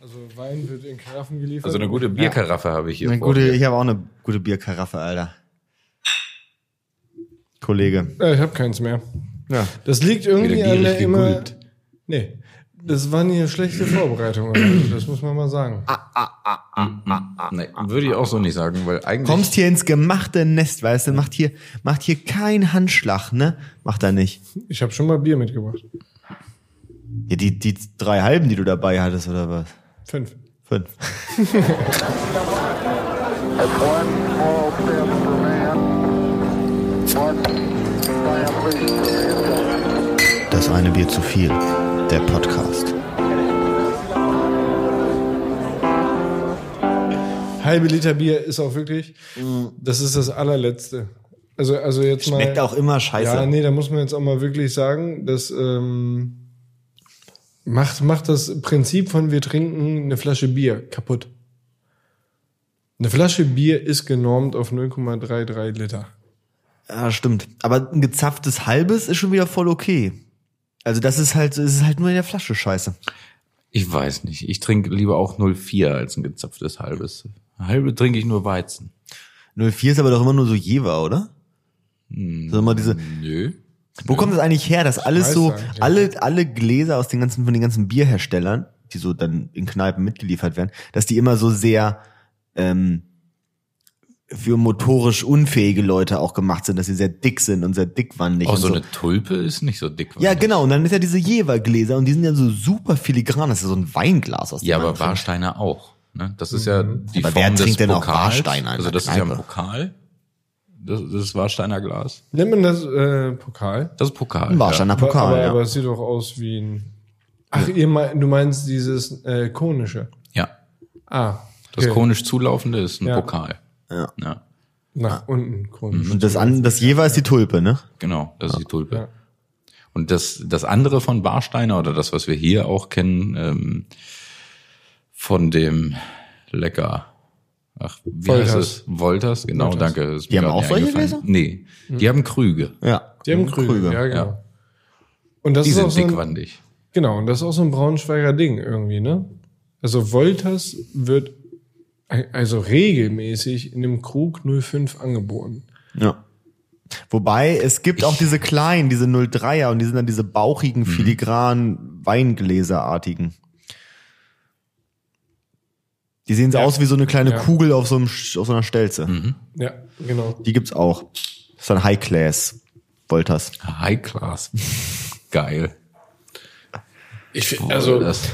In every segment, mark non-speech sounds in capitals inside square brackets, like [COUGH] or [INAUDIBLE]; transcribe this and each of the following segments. Also Wein wird in Karaffen geliefert. Also eine gute Bierkaraffe habe ich hier Eine vor gute, mir. ich habe auch eine gute Bierkaraffe, Alter. Kollege. Äh, ich habe keins mehr. Ja. Das liegt irgendwie Wieder an der gierig immer. gegulpt. Nee. Das waren hier schlechte Vorbereitungen, das muss man mal sagen. Ah. Nee, würde ich auch so nicht sagen, weil eigentlich Kommst hier ins gemachte Nest, weißt du, macht hier, macht hier keinen Handschlag, ne? Macht er nicht. Ich habe schon mal Bier mitgebracht. Ja, die, die drei halben, die du dabei hattest, oder was? Fünf. Fünf. That's one small step for man, one giant leap for mankind. Das eine Bier zu viel. Der Podcast. Halbe Liter Bier ist auch wirklich, Mm. das ist das allerletzte. Also, also jetzt mal. Schmeckt auch immer scheiße. Ja, nee, da muss man jetzt auch mal wirklich sagen, dass ähm, macht, macht das Prinzip von wir trinken eine Flasche Bier kaputt. Eine Flasche Bier ist genormt auf 0,33 Liter. Ja, stimmt. Aber ein gezapftes halbes ist schon wieder voll okay. Also das ist halt, es ist halt nur in der Flasche scheiße. ich weiß nicht. Ich trinke lieber auch 04 als ein gezapftes halbes. Halbe trinke ich nur Weizen. 04 ist aber doch immer nur so Jever, oder? So immer diese, Nö. wo kommt das eigentlich her, dass alles Scheiße so, eigentlich. alle, alle Gläser aus den ganzen, von den ganzen Bierherstellern, die so dann in Kneipen mitgeliefert werden, dass die immer so sehr ähm, für motorisch unfähige Leute auch gemacht sind, dass sie sehr dick sind und sehr dickwandig. Auch und so eine Tulpe ist nicht so dick. ja, genau. Und dann ist ja diese Jevergläser und die sind ja so super filigran. Das ist ja so ein Weinglas aus dem Ja, man aber trinkt. Warsteiner auch. Ne? Das ist ja die Aber Form wer des trinkt denn auch Pokals. Warsteiner in Also der das ist ja ein Kneipe? Pokal. Das, das ist Warsteiner Glas. Nennt man das äh, Pokal? Das ist Pokal. Ein Warsteiner Pokal, aber, aber, ja. aber es sieht doch aus wie ein. Ach, ihr mein, du meinst dieses äh, konische. Ja. ja. Ah. Das okay. konisch zulaufende ist ein Ja. Pokal. Ja. ja. Nach unten konisch. Mhm. Und das, an, das Jever ist die Tulpe, ne? Genau, das ist die Tulpe. Ja. Und das, das andere von Warsteiner oder das, was wir hier auch kennen, ähm, von dem Lecker. Ach, wie Wolters. heißt es? Wolters, genau, Wolters. Hm. danke. ist Die mir haben grad auch nicht solche eingefallen. Gläser? Nee, die haben Krüge. Ja. Die haben Krüge, ja, genau. Mhm. Ja. Und das Die ist auch sind so ein, dickwandig. Genau, und das ist auch so ein Braunschweiger Ding irgendwie, ne? Also Wolters wird e- also regelmäßig in einem Krug 05 angeboten. ja. Wobei, es gibt auch diese kleinen, diese 03er und die sind dann diese bauchigen, filigranen, Weingläserartigen. Die sehen so aus wie so eine kleine Ja. Kugel auf so, einem, Sch- auf so einer Stelze. Ja, genau. Die gibt's auch. Das ist dann High Class. Wolters. High Class. Geil. Ich, find- also, Oh, das,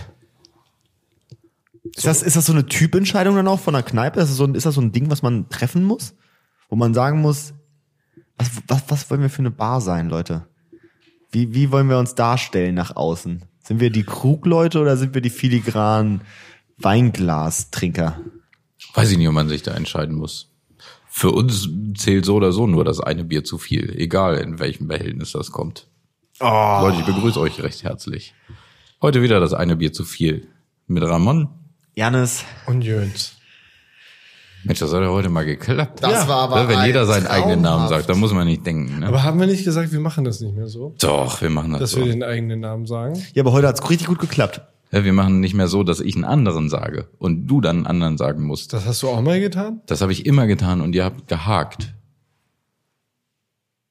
Ist, das, ist das so eine Typentscheidung dann auch von der Kneipe? Ist das, so ein, ist das so ein Ding, was man treffen muss? Wo man sagen muss, was, was, was wollen wir für eine Bar sein, Leute? Wie, wie wollen wir uns darstellen nach außen? Sind wir die Krugleute oder sind wir die filigranen Weinglastrinker? weiß ich nicht, ob man sich da entscheiden muss. Für uns zählt so oder so nur das eine Bier zu viel, egal in welchem Behältnis das kommt. Leute, ich begrüße euch recht herzlich. Heute wieder das eine Bier zu viel mit Ramon. Janis, und Jöns. Mensch, das hat ja heute mal geklappt. Das war aber Wenn ein jeder seinen eigenen Namen traumhaft. sagt, dann muss man nicht denken. Ne? Aber haben wir nicht gesagt, wir machen das nicht mehr so, Doch, wir machen das dass wir so. den eigenen Namen sagen? ja, aber heute hat's richtig gut geklappt. Ja, wir machen nicht mehr so, dass ich einen anderen sage und du dann einen anderen sagen musst. Das hast du auch mal getan? Das habe ich immer getan und ihr habt gehakt.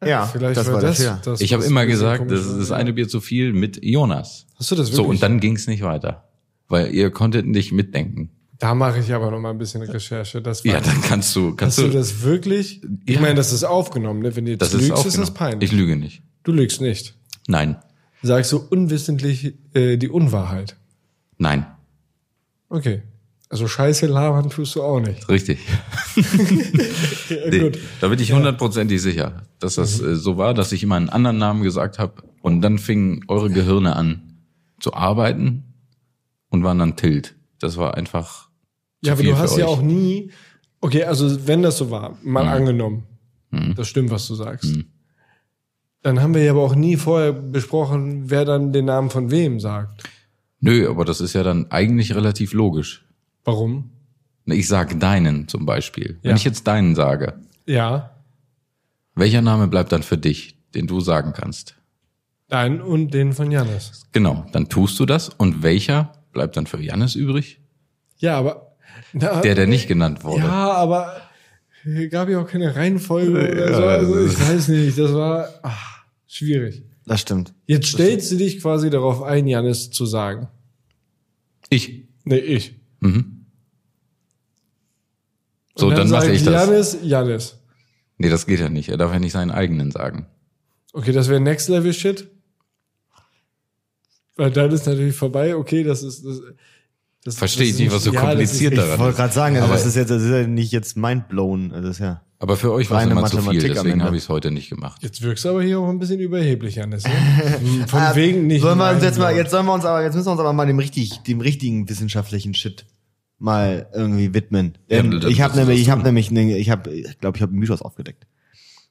Ja, Vielleicht das war war das. das, ja. das Ich habe das immer ein bisschen gesagt, das komisch ne? ist war. eine Bier zu viel mit Jonas. Hast du das So, wirklich? und dann ging es nicht weiter, weil ihr konntet nicht mitdenken. da mache ich aber noch mal ein bisschen Recherche. Das war, Ja, dann kannst du, hast kannst du du, das wirklich? Ich Ja. meine, das ist aufgenommen, ne? Wenn du jetzt das ist lügst, auch genau- ist das peinlich. Ich lüge nicht. du lügst nicht. Nein, Sagst du unwissentlich äh, die Unwahrheit. nein, Okay. Also Scheiße labern tust du auch nicht. [LAUGHS] richtig. Ja, Nee, gut. Mhm. Da bin ich hundertprozentig sicher, dass das äh, so war, dass ich immer einen anderen Namen gesagt habe und dann fingen eure Gehirne an zu arbeiten und waren dann tilt. Das war einfach. Ja, aber viel du für hast ja euch. Mhm. auch nie. Okay, also wenn das so war, mal angenommen, das stimmt, was du sagst. Dann haben wir ja aber auch nie vorher besprochen, wer dann den Namen von wem sagt. Nö, aber das ist ja dann eigentlich relativ logisch. Warum? Na, Ich sage deinen zum Beispiel. Wenn Ja. ich jetzt deinen sage, Ja, welcher Name bleibt dann für dich, den du sagen kannst? dein und den von Janis. Genau, dann tust du das und welcher bleibt dann für Jannis übrig? Ja, aber. Na, Der, der nicht genannt wurde. ja, aber hier gab ja auch keine Reihenfolge oder Ja, so. Also das ich weiß nicht, das war ah, schwierig. Das stimmt. Jetzt stellst du dich quasi darauf ein, Janis zu sagen. Ich. Nee, ich. So, Und dann, mache sagt ich das. Janis, Janis. Nee, das geht ja nicht. Er darf ja nicht seinen eigenen sagen. Okay, das wäre Next Level Shit. Weil dann ist natürlich vorbei. Okay, das ist. Das, das, Versteh ich das ist nicht, was so das kompliziert ist- Ich daran ist. wollte gerade sagen, also Aber- das ist jetzt, das ist ja nicht jetzt mindblown. Also Das ist ja. Aber für euch war es Reine immer zu viel, Mathematik am deswegen Ende. habe ich es heute nicht gemacht. Jetzt wirkst du aber hier auch ein bisschen überheblich, Janis. [LAUGHS] ne? Von wegen nicht. Ähm, Äh, Sollen wir uns meinen, jetzt mal, ja. jetzt sollen wir uns aber, jetzt müssen wir uns aber mal dem richtig, dem richtigen wissenschaftlichen Shit mal irgendwie widmen. Denn Ja, dann ich habe müssen wir nämlich, das ich habe nämlich, ne, ich habe, ich glaube, ich habe einen Mythos aufgedeckt.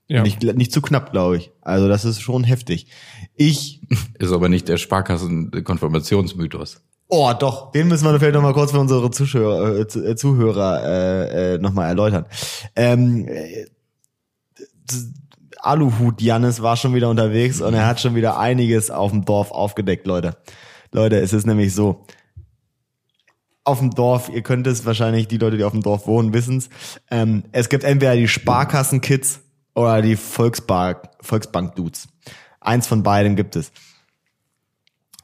Ja. Nicht, nicht zu knapp, glaube ich. Also das ist schon heftig. Ich, Ist aber nicht der Sparkassen-Konfirmationsmythos. oh doch, den müssen wir vielleicht nochmal kurz für unsere Zuschauer, äh, Zu- äh, Zuhörer äh, äh, nochmal erläutern. Ähm, äh, das- Aluhut Jannis war schon wieder unterwegs und er hat schon wieder einiges auf dem Dorf aufgedeckt, Leute. Leute, es ist nämlich so, auf dem Dorf, ihr könnt es wahrscheinlich, die Leute, die auf dem Dorf wohnen, wissen es. Ähm, es gibt entweder die Sparkassen-Kids oder die Volksbank- Volksbank-Dudes. Eins von beiden gibt es.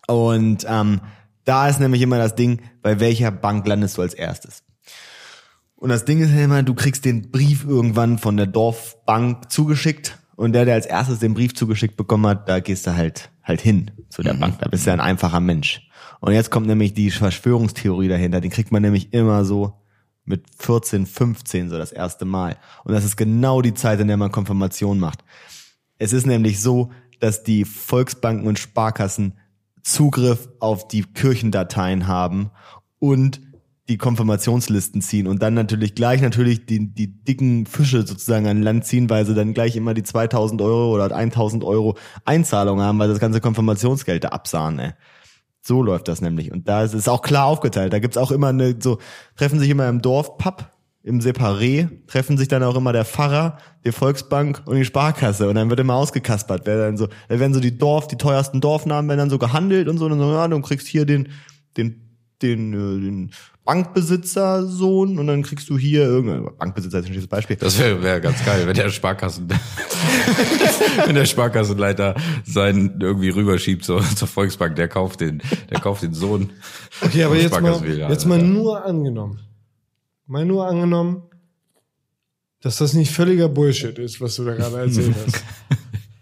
Und ähm, da ist nämlich immer das Ding, bei welcher Bank landest du als erstes? Und das Ding ist ja immer, du kriegst den Brief irgendwann von der Dorfbank zugeschickt und der, der als erstes den Brief zugeschickt bekommen hat, da gehst du halt halt hin zu der Bank. Da bist du ja ein einfacher Mensch. Und jetzt kommt nämlich die Verschwörungstheorie dahinter. Den kriegt man nämlich immer so mit 14, 15 so das erste Mal. Und das ist genau die Zeit, in der man Konfirmation macht. Es ist nämlich so, dass die Volksbanken und Sparkassen Zugriff auf die Kirchendateien haben und die Konfirmationslisten ziehen und dann natürlich gleich natürlich die, die dicken Fische sozusagen an Land ziehen, weil sie dann gleich immer die 2000 Euro oder 1000 Euro Einzahlung haben, weil sie das ganze Konfirmationsgeld da absahen, ne? ey. So läuft das nämlich. Und da ist es auch klar aufgeteilt. Da gibt's auch immer eine, so, treffen sich immer im Dorfpub, im Separé, treffen sich dann auch immer der Pfarrer, die Volksbank und die Sparkasse. Und dann wird immer ausgekaspert. Wer dann so, da werden so die Dorf, die teuersten Dorfnamen werden dann so gehandelt und so. Und dann so, ja, du kriegst hier den, den, den, äh, den Bankbesitzersohn und dann kriegst du hier irgendein Bankbesitzer ist ein schlechtes Beispiel. Das wäre wär ganz geil, wenn der Sparkassen, [LAUGHS] wenn der Sparkassenleiter seinen irgendwie rüberschiebt zur, zur Volksbank, der kauft den, der kauft den Sohn. Okay, aber vom jetzt mal, Sparkassenfiliale. jetzt mal nur angenommen. Mal nur angenommen, dass das nicht völliger Bullshit ist, was du da gerade erzählt hast.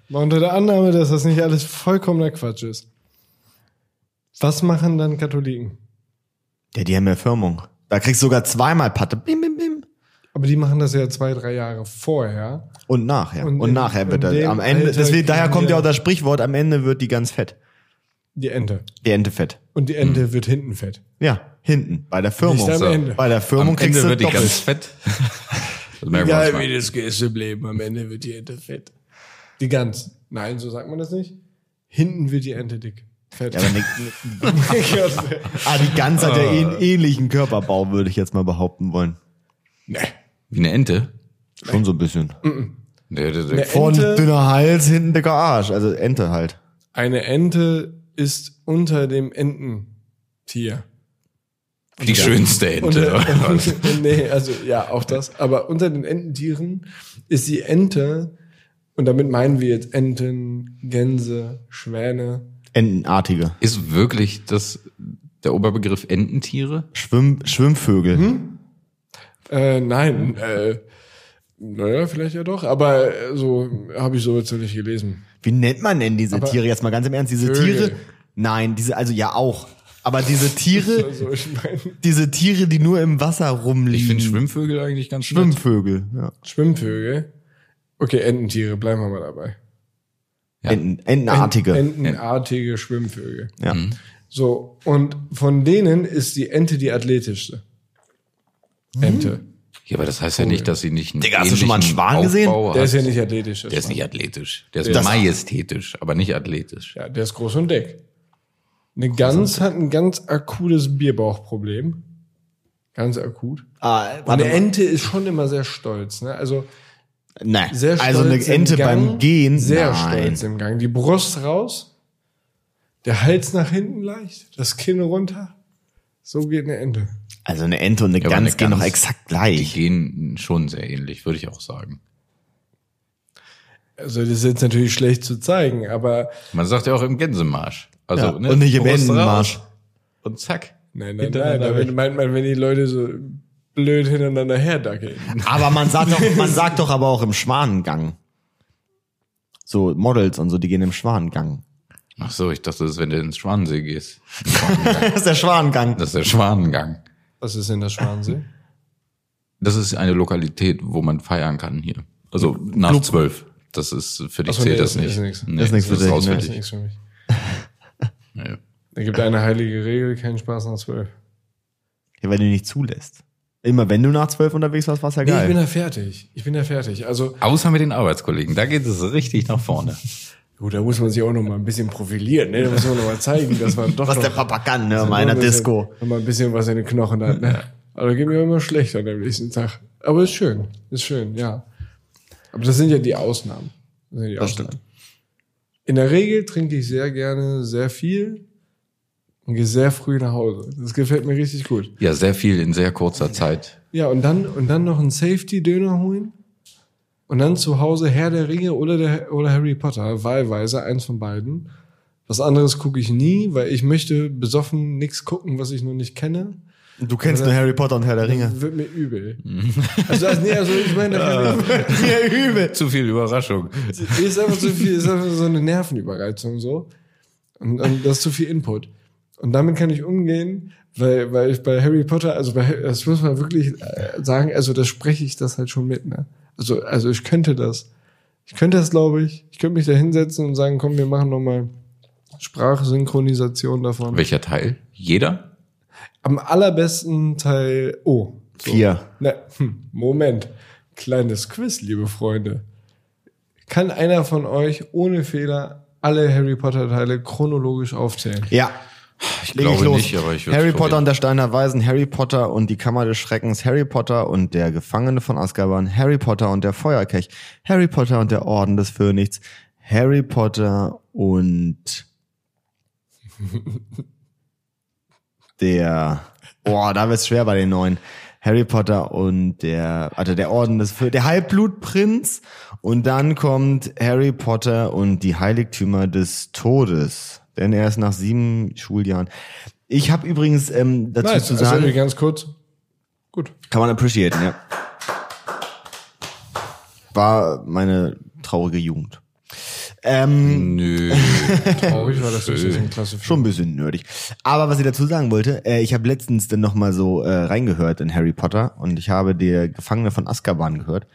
Mal unter der Annahme, dass das nicht alles vollkommener Quatsch ist. Was machen dann Katholiken? Ja, die haben ja Firmung. Da kriegst du sogar zweimal Patte. Bim, bim, bim. Aber die machen das ja zwei, drei Jahre vorher. Und nachher. Und Und, in- nachher in wird er. dem Am Ende, Alter deswegen, daher kriegen kommt wir- ja auch das Sprichwort, am Ende wird die ganz fett. Die Ente. Die Ente fett. Und die Ente wird hinten fett. Ja, hinten. Bei der Firmung. Nicht am So. Ende. Bei der Am Firmung kriegst Ende du wird die doppelt. ganz fett. Das merken wir uns mal. das Gäste bleiben, am Ende wird die Ente fett. Die Gans. Nein, so sagt man das nicht. Hinten wird die Ente dick. Fett. [LAUGHS] ja, aber ne, [LAUGHS] ah, die Gans hat ja einen ähnlichen Körperbau, würde ich jetzt mal behaupten wollen. Wie eine Ente? Schon so ein bisschen. Nee, nee, nee. Eine Vorne Ente- dünner Hals, hinten dicker Arsch. Also Ente halt. Eine Ente ist unter dem Ententier. Die schönste Ente. Unter, [LAUGHS] [LAUGHS] nee, also ja, auch das. Aber unter den Ententieren ist die Ente, und damit meinen wir jetzt Enten, Gänse, Schwäne. Entenartige. Ist wirklich das der Oberbegriff Ententiere? Schwimm, Schwimmvögel. Hm? Äh, nein, äh, naja, vielleicht ja doch, aber äh, so habe ich so jetzt noch nicht gelesen. Wie nennt man denn diese Tiere? Jetzt mal ganz im Ernst. Diese Vögel. Tiere. Nein, diese, also ja auch. Aber [LAUGHS] diese Tiere, Also ich meine, diese Tiere, die nur im Wasser Ich rumliegen. finde Schwimmvögel eigentlich ganz schön. Schwimmvögel. Ja. Schwimmvögel. Okay, Ententiere, bleiben wir mal dabei. Ja. Enten, Entenartige. Entenartige Schwimmvögel. ja. Mhm. So, und von denen ist die Ente die athletischste. Hm? Ente. Ja, aber das heißt ja nicht, dass sie nicht einen Digga, hast du schon mal einen ähnlichen Schwan gesehen? Aufbau Der hat. ist ja nicht athletisch. Der ist nicht athletisch. Der ist Das- majestätisch, aber nicht athletisch. Ja, der ist groß und dick. Eine Gans hat ein ganz akutes Bierbauchproblem. Ganz akut. Ah, Und eine warte mal. Ente ist schon immer sehr stolz. Ne? Also Nein. sehr stolz also eine im Ente Gang, beim Gehen. Sehr Nein. stolz im Gang. Die Brust raus, der Hals nach hinten leicht, das Kinn runter. So geht eine Ente. Also eine Ente und eine aber Gans eine gehen doch Gans, exakt Die gleich. gehen schon sehr ähnlich, würde ich auch sagen. Also das ist jetzt natürlich schlecht zu zeigen, aber Man sagt ja auch im Gänsemarsch. Also, ja. ne, und nicht im Brust raus Entenmarsch. Und zack. nein, nein, nein. Hintereinander Damit weg. meint man, wenn die Leute so blöd hintereinander herdackeln. Aber man sagt, doch, [LAUGHS] man sagt doch aber auch im Schwanengang. So Models und so, die gehen [LAUGHS] im Schwanengang. Ach so, ich dachte, das ist, wenn du ins Schwanensee gehst. Das ist der Schwanengang. Das ist der Schwanengang. Was ist denn das Schwansee? Das ist eine Lokalität, wo man feiern kann hier. Also nach zwölf. Das ist für dich Ach so, zählt nee, das ist- nicht. ist nix. Nee, Ist nix für dich, raus ne? Das ist dich. nichts für mich. Nee. Da gibt eine heilige Regel, keinen Spaß nach zwölf. Ja, weil du nicht zulässt. Immer wenn du nach zwölf unterwegs warst, war's ja Nee, ich bin halt geil. da fertig. Ich bin da fertig. Also, Außer mit den Arbeitskollegen, da geht es richtig nach vorne. gut, da muss man sich auch noch mal ein bisschen profilieren. Ne? Da muss man noch mal zeigen, dass man doch Was noch, der Papa kann, ne? noch Meiner ein bisschen- Disco. Noch mal ein bisschen was in den Knochen hat. Ne? Aber da geht mir immer schlechter am nächsten Tag. Aber ist schön. Ist schön, ja. Aber das sind ja die Ausnahmen. Das, sind die Ausnahmen. In der Regel trinke ich sehr gerne sehr viel und gehe sehr früh nach Hause. Das gefällt mir richtig gut. Ja, sehr viel in sehr kurzer Zeit. Ja, und dann, und dann noch einen Safety-Döner holen. Und dann zu Hause Herr der Ringe oder, der, oder Harry Potter, wahlweise eins von beiden. Was anderes gucke ich nie, weil ich möchte besoffen nichts gucken, was ich noch nicht kenne. Du kennst nur Harry Potter und Herr der Ringe. [LAUGHS] Wird mir übel. Also, also, nee, also ich meine, da kann Ja, übel. Zu viel Überraschung. ich, ist einfach zu viel, ist einfach so eine Nervenüberreizung so. Und, und das ist zu viel Input. Und damit kann ich umgehen, weil, weil ich bei Harry Potter, also bei, das muss man wirklich äh, sagen, also da spreche ich das halt schon mit, ne? Also, also ich könnte das. Ich könnte das, glaube ich. Ich könnte mich da hinsetzen und sagen, komm, wir machen nochmal Sprachsynchronisation davon. Welcher Teil? Jeder? Am allerbesten Teil O. So. Vier. Na, hm, Moment. Kleines Quiz, liebe Freunde. Kann einer von euch ohne Fehler alle Harry Potter Teile chronologisch aufzählen? Ja. Ich Leg ich glaube los. nicht, aber ich würde Harry probieren. Potter und der Stein der Weisen, Harry Potter und die Kammer des Schreckens, Harry Potter und der Gefangene von Azkaban, Harry Potter und der Feuerkelch, Harry Potter und der Orden des Phönix, Harry Potter und der Boah, da wird's schwer bei den neuen. Harry Potter und der also der Orden des Phö- der Halbblutprinz und dann kommt Harry Potter und die Heiligtümer des Todes, denn er ist nach sieben Schuljahren. Ich habe übrigens ähm, dazu zu sagen, also ganz kurz. Gut. kann man appreciaten, ja. War meine traurige Jugend. Ähm, [LAUGHS] Nö. Traurig war das nicht, Schön. deswegen klasse. Schon ein bisschen nerdig. Aber was ich dazu sagen wollte, äh, ich habe letztens dann nochmal so äh, reingehört in Harry Potter und ich habe der Gefangene von Azkaban gehört.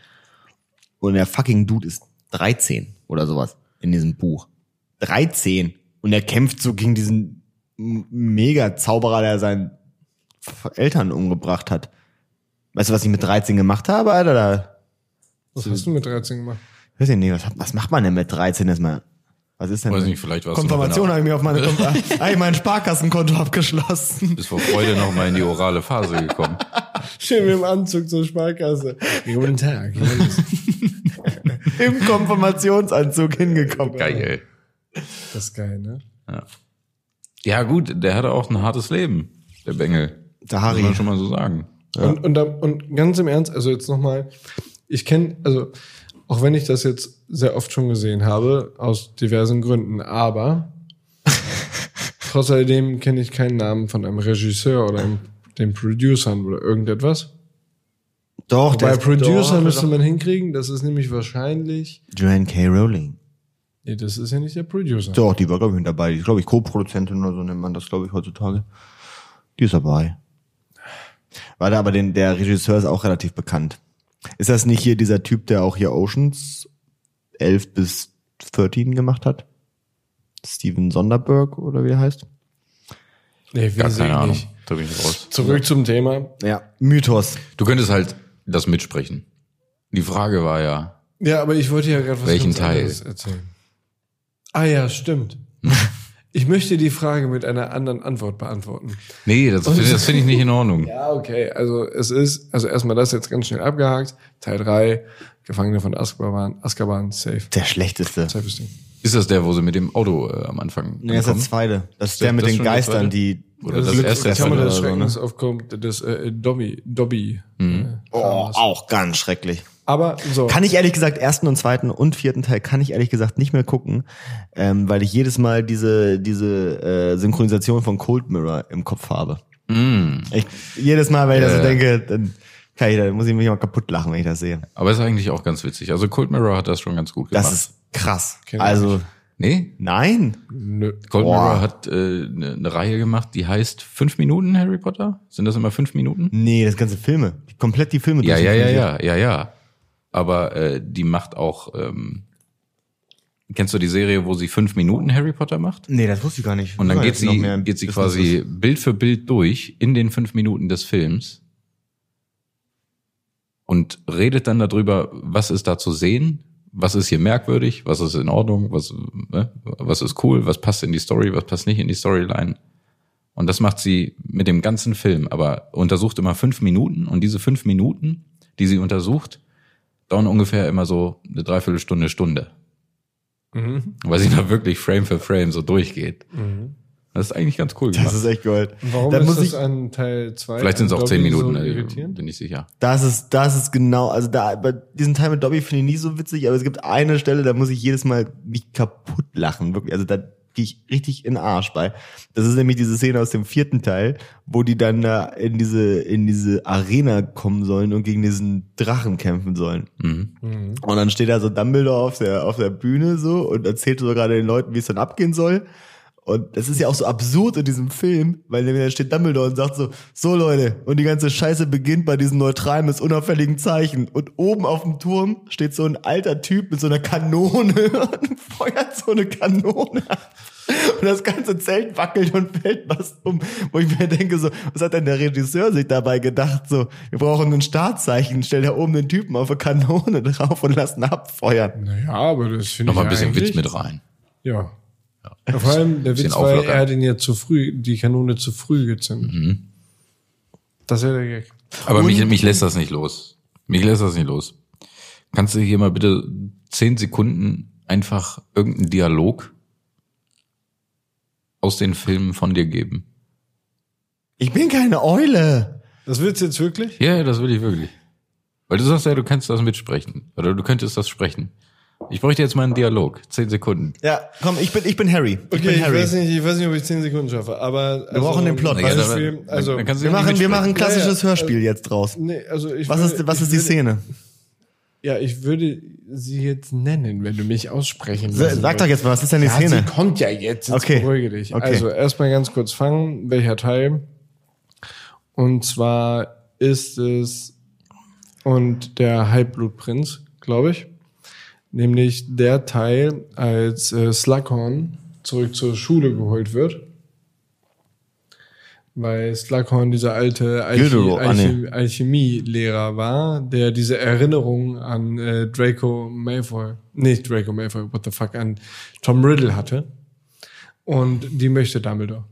Und der fucking Dude ist 13 oder sowas in diesem Buch. 13. Und er kämpft so gegen diesen M- Mega-Zauberer, der seinen F- Eltern umgebracht hat. Weißt du, was ich mit 13 gemacht habe, Alter? Da, Was hast du mit 13 gemacht? weiß ich nicht, was, was macht man denn mit 13 erstmal? Was ist denn? Weiß nicht, vielleicht warst du genau- noch Konfirmation in einer- habe ich mir auf meine [LAUGHS] Konf- habe ich mein Sparkassenkonto abgeschlossen. Bis vor Freude noch mal in die orale Phase gekommen. Schön mit dem Anzug zur Sparkasse. Guten Tag. Im Konfirmationsanzug hingekommen. Geil. [LAUGHS] Das ist geil, ne? Ja gut, der hatte auch ein hartes Leben, der Bengel. Der Kann Harry. man schon mal so sagen. Und, und, da- und ganz im Ernst, also jetzt nochmal, ich kenne, also auch wenn ich das jetzt sehr oft schon gesehen habe, aus diversen Gründen, aber trotz alledem kenne ich keinen Namen von einem Regisseur oder einem, den Producern oder irgendetwas. Doch, Bei Producer doch, müsste man hinkriegen, das ist nämlich wahrscheinlich, Joanne K. Rowling. nee, das ist ja nicht der Producer. Doch, die war, glaube ich, mit dabei. Die ist, glaube ich, Co-Produzentin oder so nennt man das, glaube ich, heutzutage. Die ist dabei. Warte, aber den, der Regisseur ist auch relativ bekannt. Ist das nicht hier dieser Typ, der auch hier Oceans 11 bis 13 gemacht hat? Steven Sonderberg oder wie er heißt? Nee, wir Gar sehen keine Ahnung. nicht. Da bin ich raus. Zurück zum Thema. Ja. Mythos. Du könntest halt das mitsprechen. Die Frage war ja, Ja, aber ich wollte ja gerade was Welchen ganz Teil? anderes erzählen. Ah ja, [LAUGHS] stimmt. Ich möchte die Frage mit einer anderen Antwort beantworten. nee, das finde das finde ich nicht in Ordnung. Ja, okay. Also es ist, also erstmal das jetzt ganz schnell abgehakt. Teil 3, Gefangene von Azkaban, Azkaban, safe. Der schlechteste. Safes Ding. Ist das der, wo sie mit dem Auto äh, am Anfang Nee, das ist der ankommen? zweite. Das ist Das- der mit das den schon der Geistern, zweite? die, Oder das, erste Kann man oder das so, ne? Mhm. Schreckens aufkommt, das äh, Dobby. Dobby. äh, Oh, auch ganz schrecklich. Aber so. Kann ich ehrlich gesagt ersten und zweiten und vierten Teil kann ich ehrlich gesagt nicht mehr gucken, ähm, weil ich jedes Mal diese diese äh, Synchronisation von Cold Mirror im Kopf habe. Mm. Ich, jedes Mal, wenn ich das so denke, dann, kann ich, dann muss ich mich immer kaputt lachen, wenn ich das sehe. Aber ist eigentlich auch ganz witzig. Also Cold Mirror hat das schon ganz gut gemacht. Das ist krass. Kenn ich Also nee, nein, Nö. Cold Boah. Mirror hat eine äh, ne- ne Reihe gemacht, die heißt Fünf Minuten Harry Potter. Sind das immer fünf Minuten? nee, das ganze Filme, komplett die Filme. Ja, ja, ja, durchsynchronisiert. ja, ja, ja. Aber äh, die macht auch. Ähm, kennst du die Serie, wo sie fünf Minuten Harry Potter macht? Nee, das wusste ich gar nicht. Und dann Guck mal, geht Ah, jetzt noch sie, mehr geht sie Business. quasi Bild für Bild durch in den fünf Minuten des Films und redet dann darüber, was ist da zu sehen, was ist hier merkwürdig, was ist in Ordnung, was, ne, was ist cool, was passt in die Story, was passt nicht in die Storyline. Und das macht sie mit dem ganzen Film, aber untersucht immer fünf Minuten und diese fünf Minuten, die sie untersucht, dauern ungefähr immer so eine Dreiviertelstunde, Stunde. Weil sie da wirklich Frame für Frame so durchgeht. Das ist eigentlich ganz cool Das gemacht. ist echt Gold. Warum Dann ist muss das ich, an Teil 2? Vielleicht sind es auch zehn Minuten, So äh, irritierend? bin ich sicher. Das ist, das ist genau, also da, bei diesen Teil mit Dobby finde ich nie so witzig, aber es gibt eine Stelle, da muss ich jedes Mal mich kaputt lachen, wirklich. Also da gehe ich richtig in den Arsch bei. Das ist nämlich diese Szene aus dem vierten Teil, wo die dann da in diese, in diese Arena kommen sollen und gegen diesen Drachen kämpfen sollen. Mhm. Und dann steht da so Dumbledore auf der, auf der Bühne so und erzählt so gerade den Leuten, wie es dann abgehen soll. Und das ist ja auch so absurd in diesem Film, weil nämlich da steht Dumbledore und sagt so, so Leute, und die ganze Scheiße beginnt bei diesem neutralen bis unauffälligen Zeichen. Und oben auf dem Turm steht so ein alter Typ mit so einer Kanone [LAUGHS] und feuert so eine Kanone ab. Und das ganze Zelt wackelt und fällt was um. Wo ich mir denke so, was hat denn der Regisseur sich dabei gedacht? So, wir brauchen ein Startzeichen, stell da oben den Typen auf eine Kanone [LAUGHS] drauf und lass ihn abfeuern. Naja, aber das finde ich Nochmal ein bisschen eigentlich- Witz mit rein. Ja. ja. Vor allem [LAUGHS] der Bisschen Witz war, auflockern. er hat ihn ja zu früh, die Kanone zu früh gezündet. Mhm. Das wäre der Gag. Aber mich, mich lässt das nicht los. Mich lässt das nicht los. Kannst du hier mal bitte zehn Sekunden einfach irgendeinen Dialog aus den Filmen von dir geben? Ich bin keine Eule. Das wird's jetzt wirklich? Ja, ja, das will ich wirklich. Weil du sagst ja, du kannst das mitsprechen. Oder du könntest das sprechen. Ich bräuchte jetzt mal einen Dialog. Zehn Sekunden. Ja, komm, ich bin, ich bin Harry. Ich Okay, bin ich Harry. weiß, nicht, ich weiß nicht, ob ich 10 Sekunden schaffe, aber. Wir brauchen den Plot. Ja, Beispiel, dann- also, dann kannst du Wir ja nicht machen, wir machen ein mitsprechen. klassisches Ja, ja. Hörspiel jetzt draus. nee, also ich Was würde, ist, was ich ist die würde, Szene? Ja, ich würde sie jetzt nennen, wenn du mich aussprechen lassen Sag doch würdest. jetzt mal, was ist denn die äh, ja, Szene? sie kommt ja jetzt. jetzt Okay. Beruhige dich. Okay. Also erstmal ganz kurz fangen. Welcher Teil? Und zwar ist es und der Halbblutprinz, glaube ich. Nämlich der Teil, als äh, Slughorn zurück zur Schule geholt wird. Weil Slughorn dieser alte Alchi Gilderoy, ah, Alchi Alchemielehrer war, der diese Erinnerung an äh, Draco Malfoy, nicht Draco Malfoy, what the fuck, an Tom Riddle hatte. Und die möchte Dumbledore.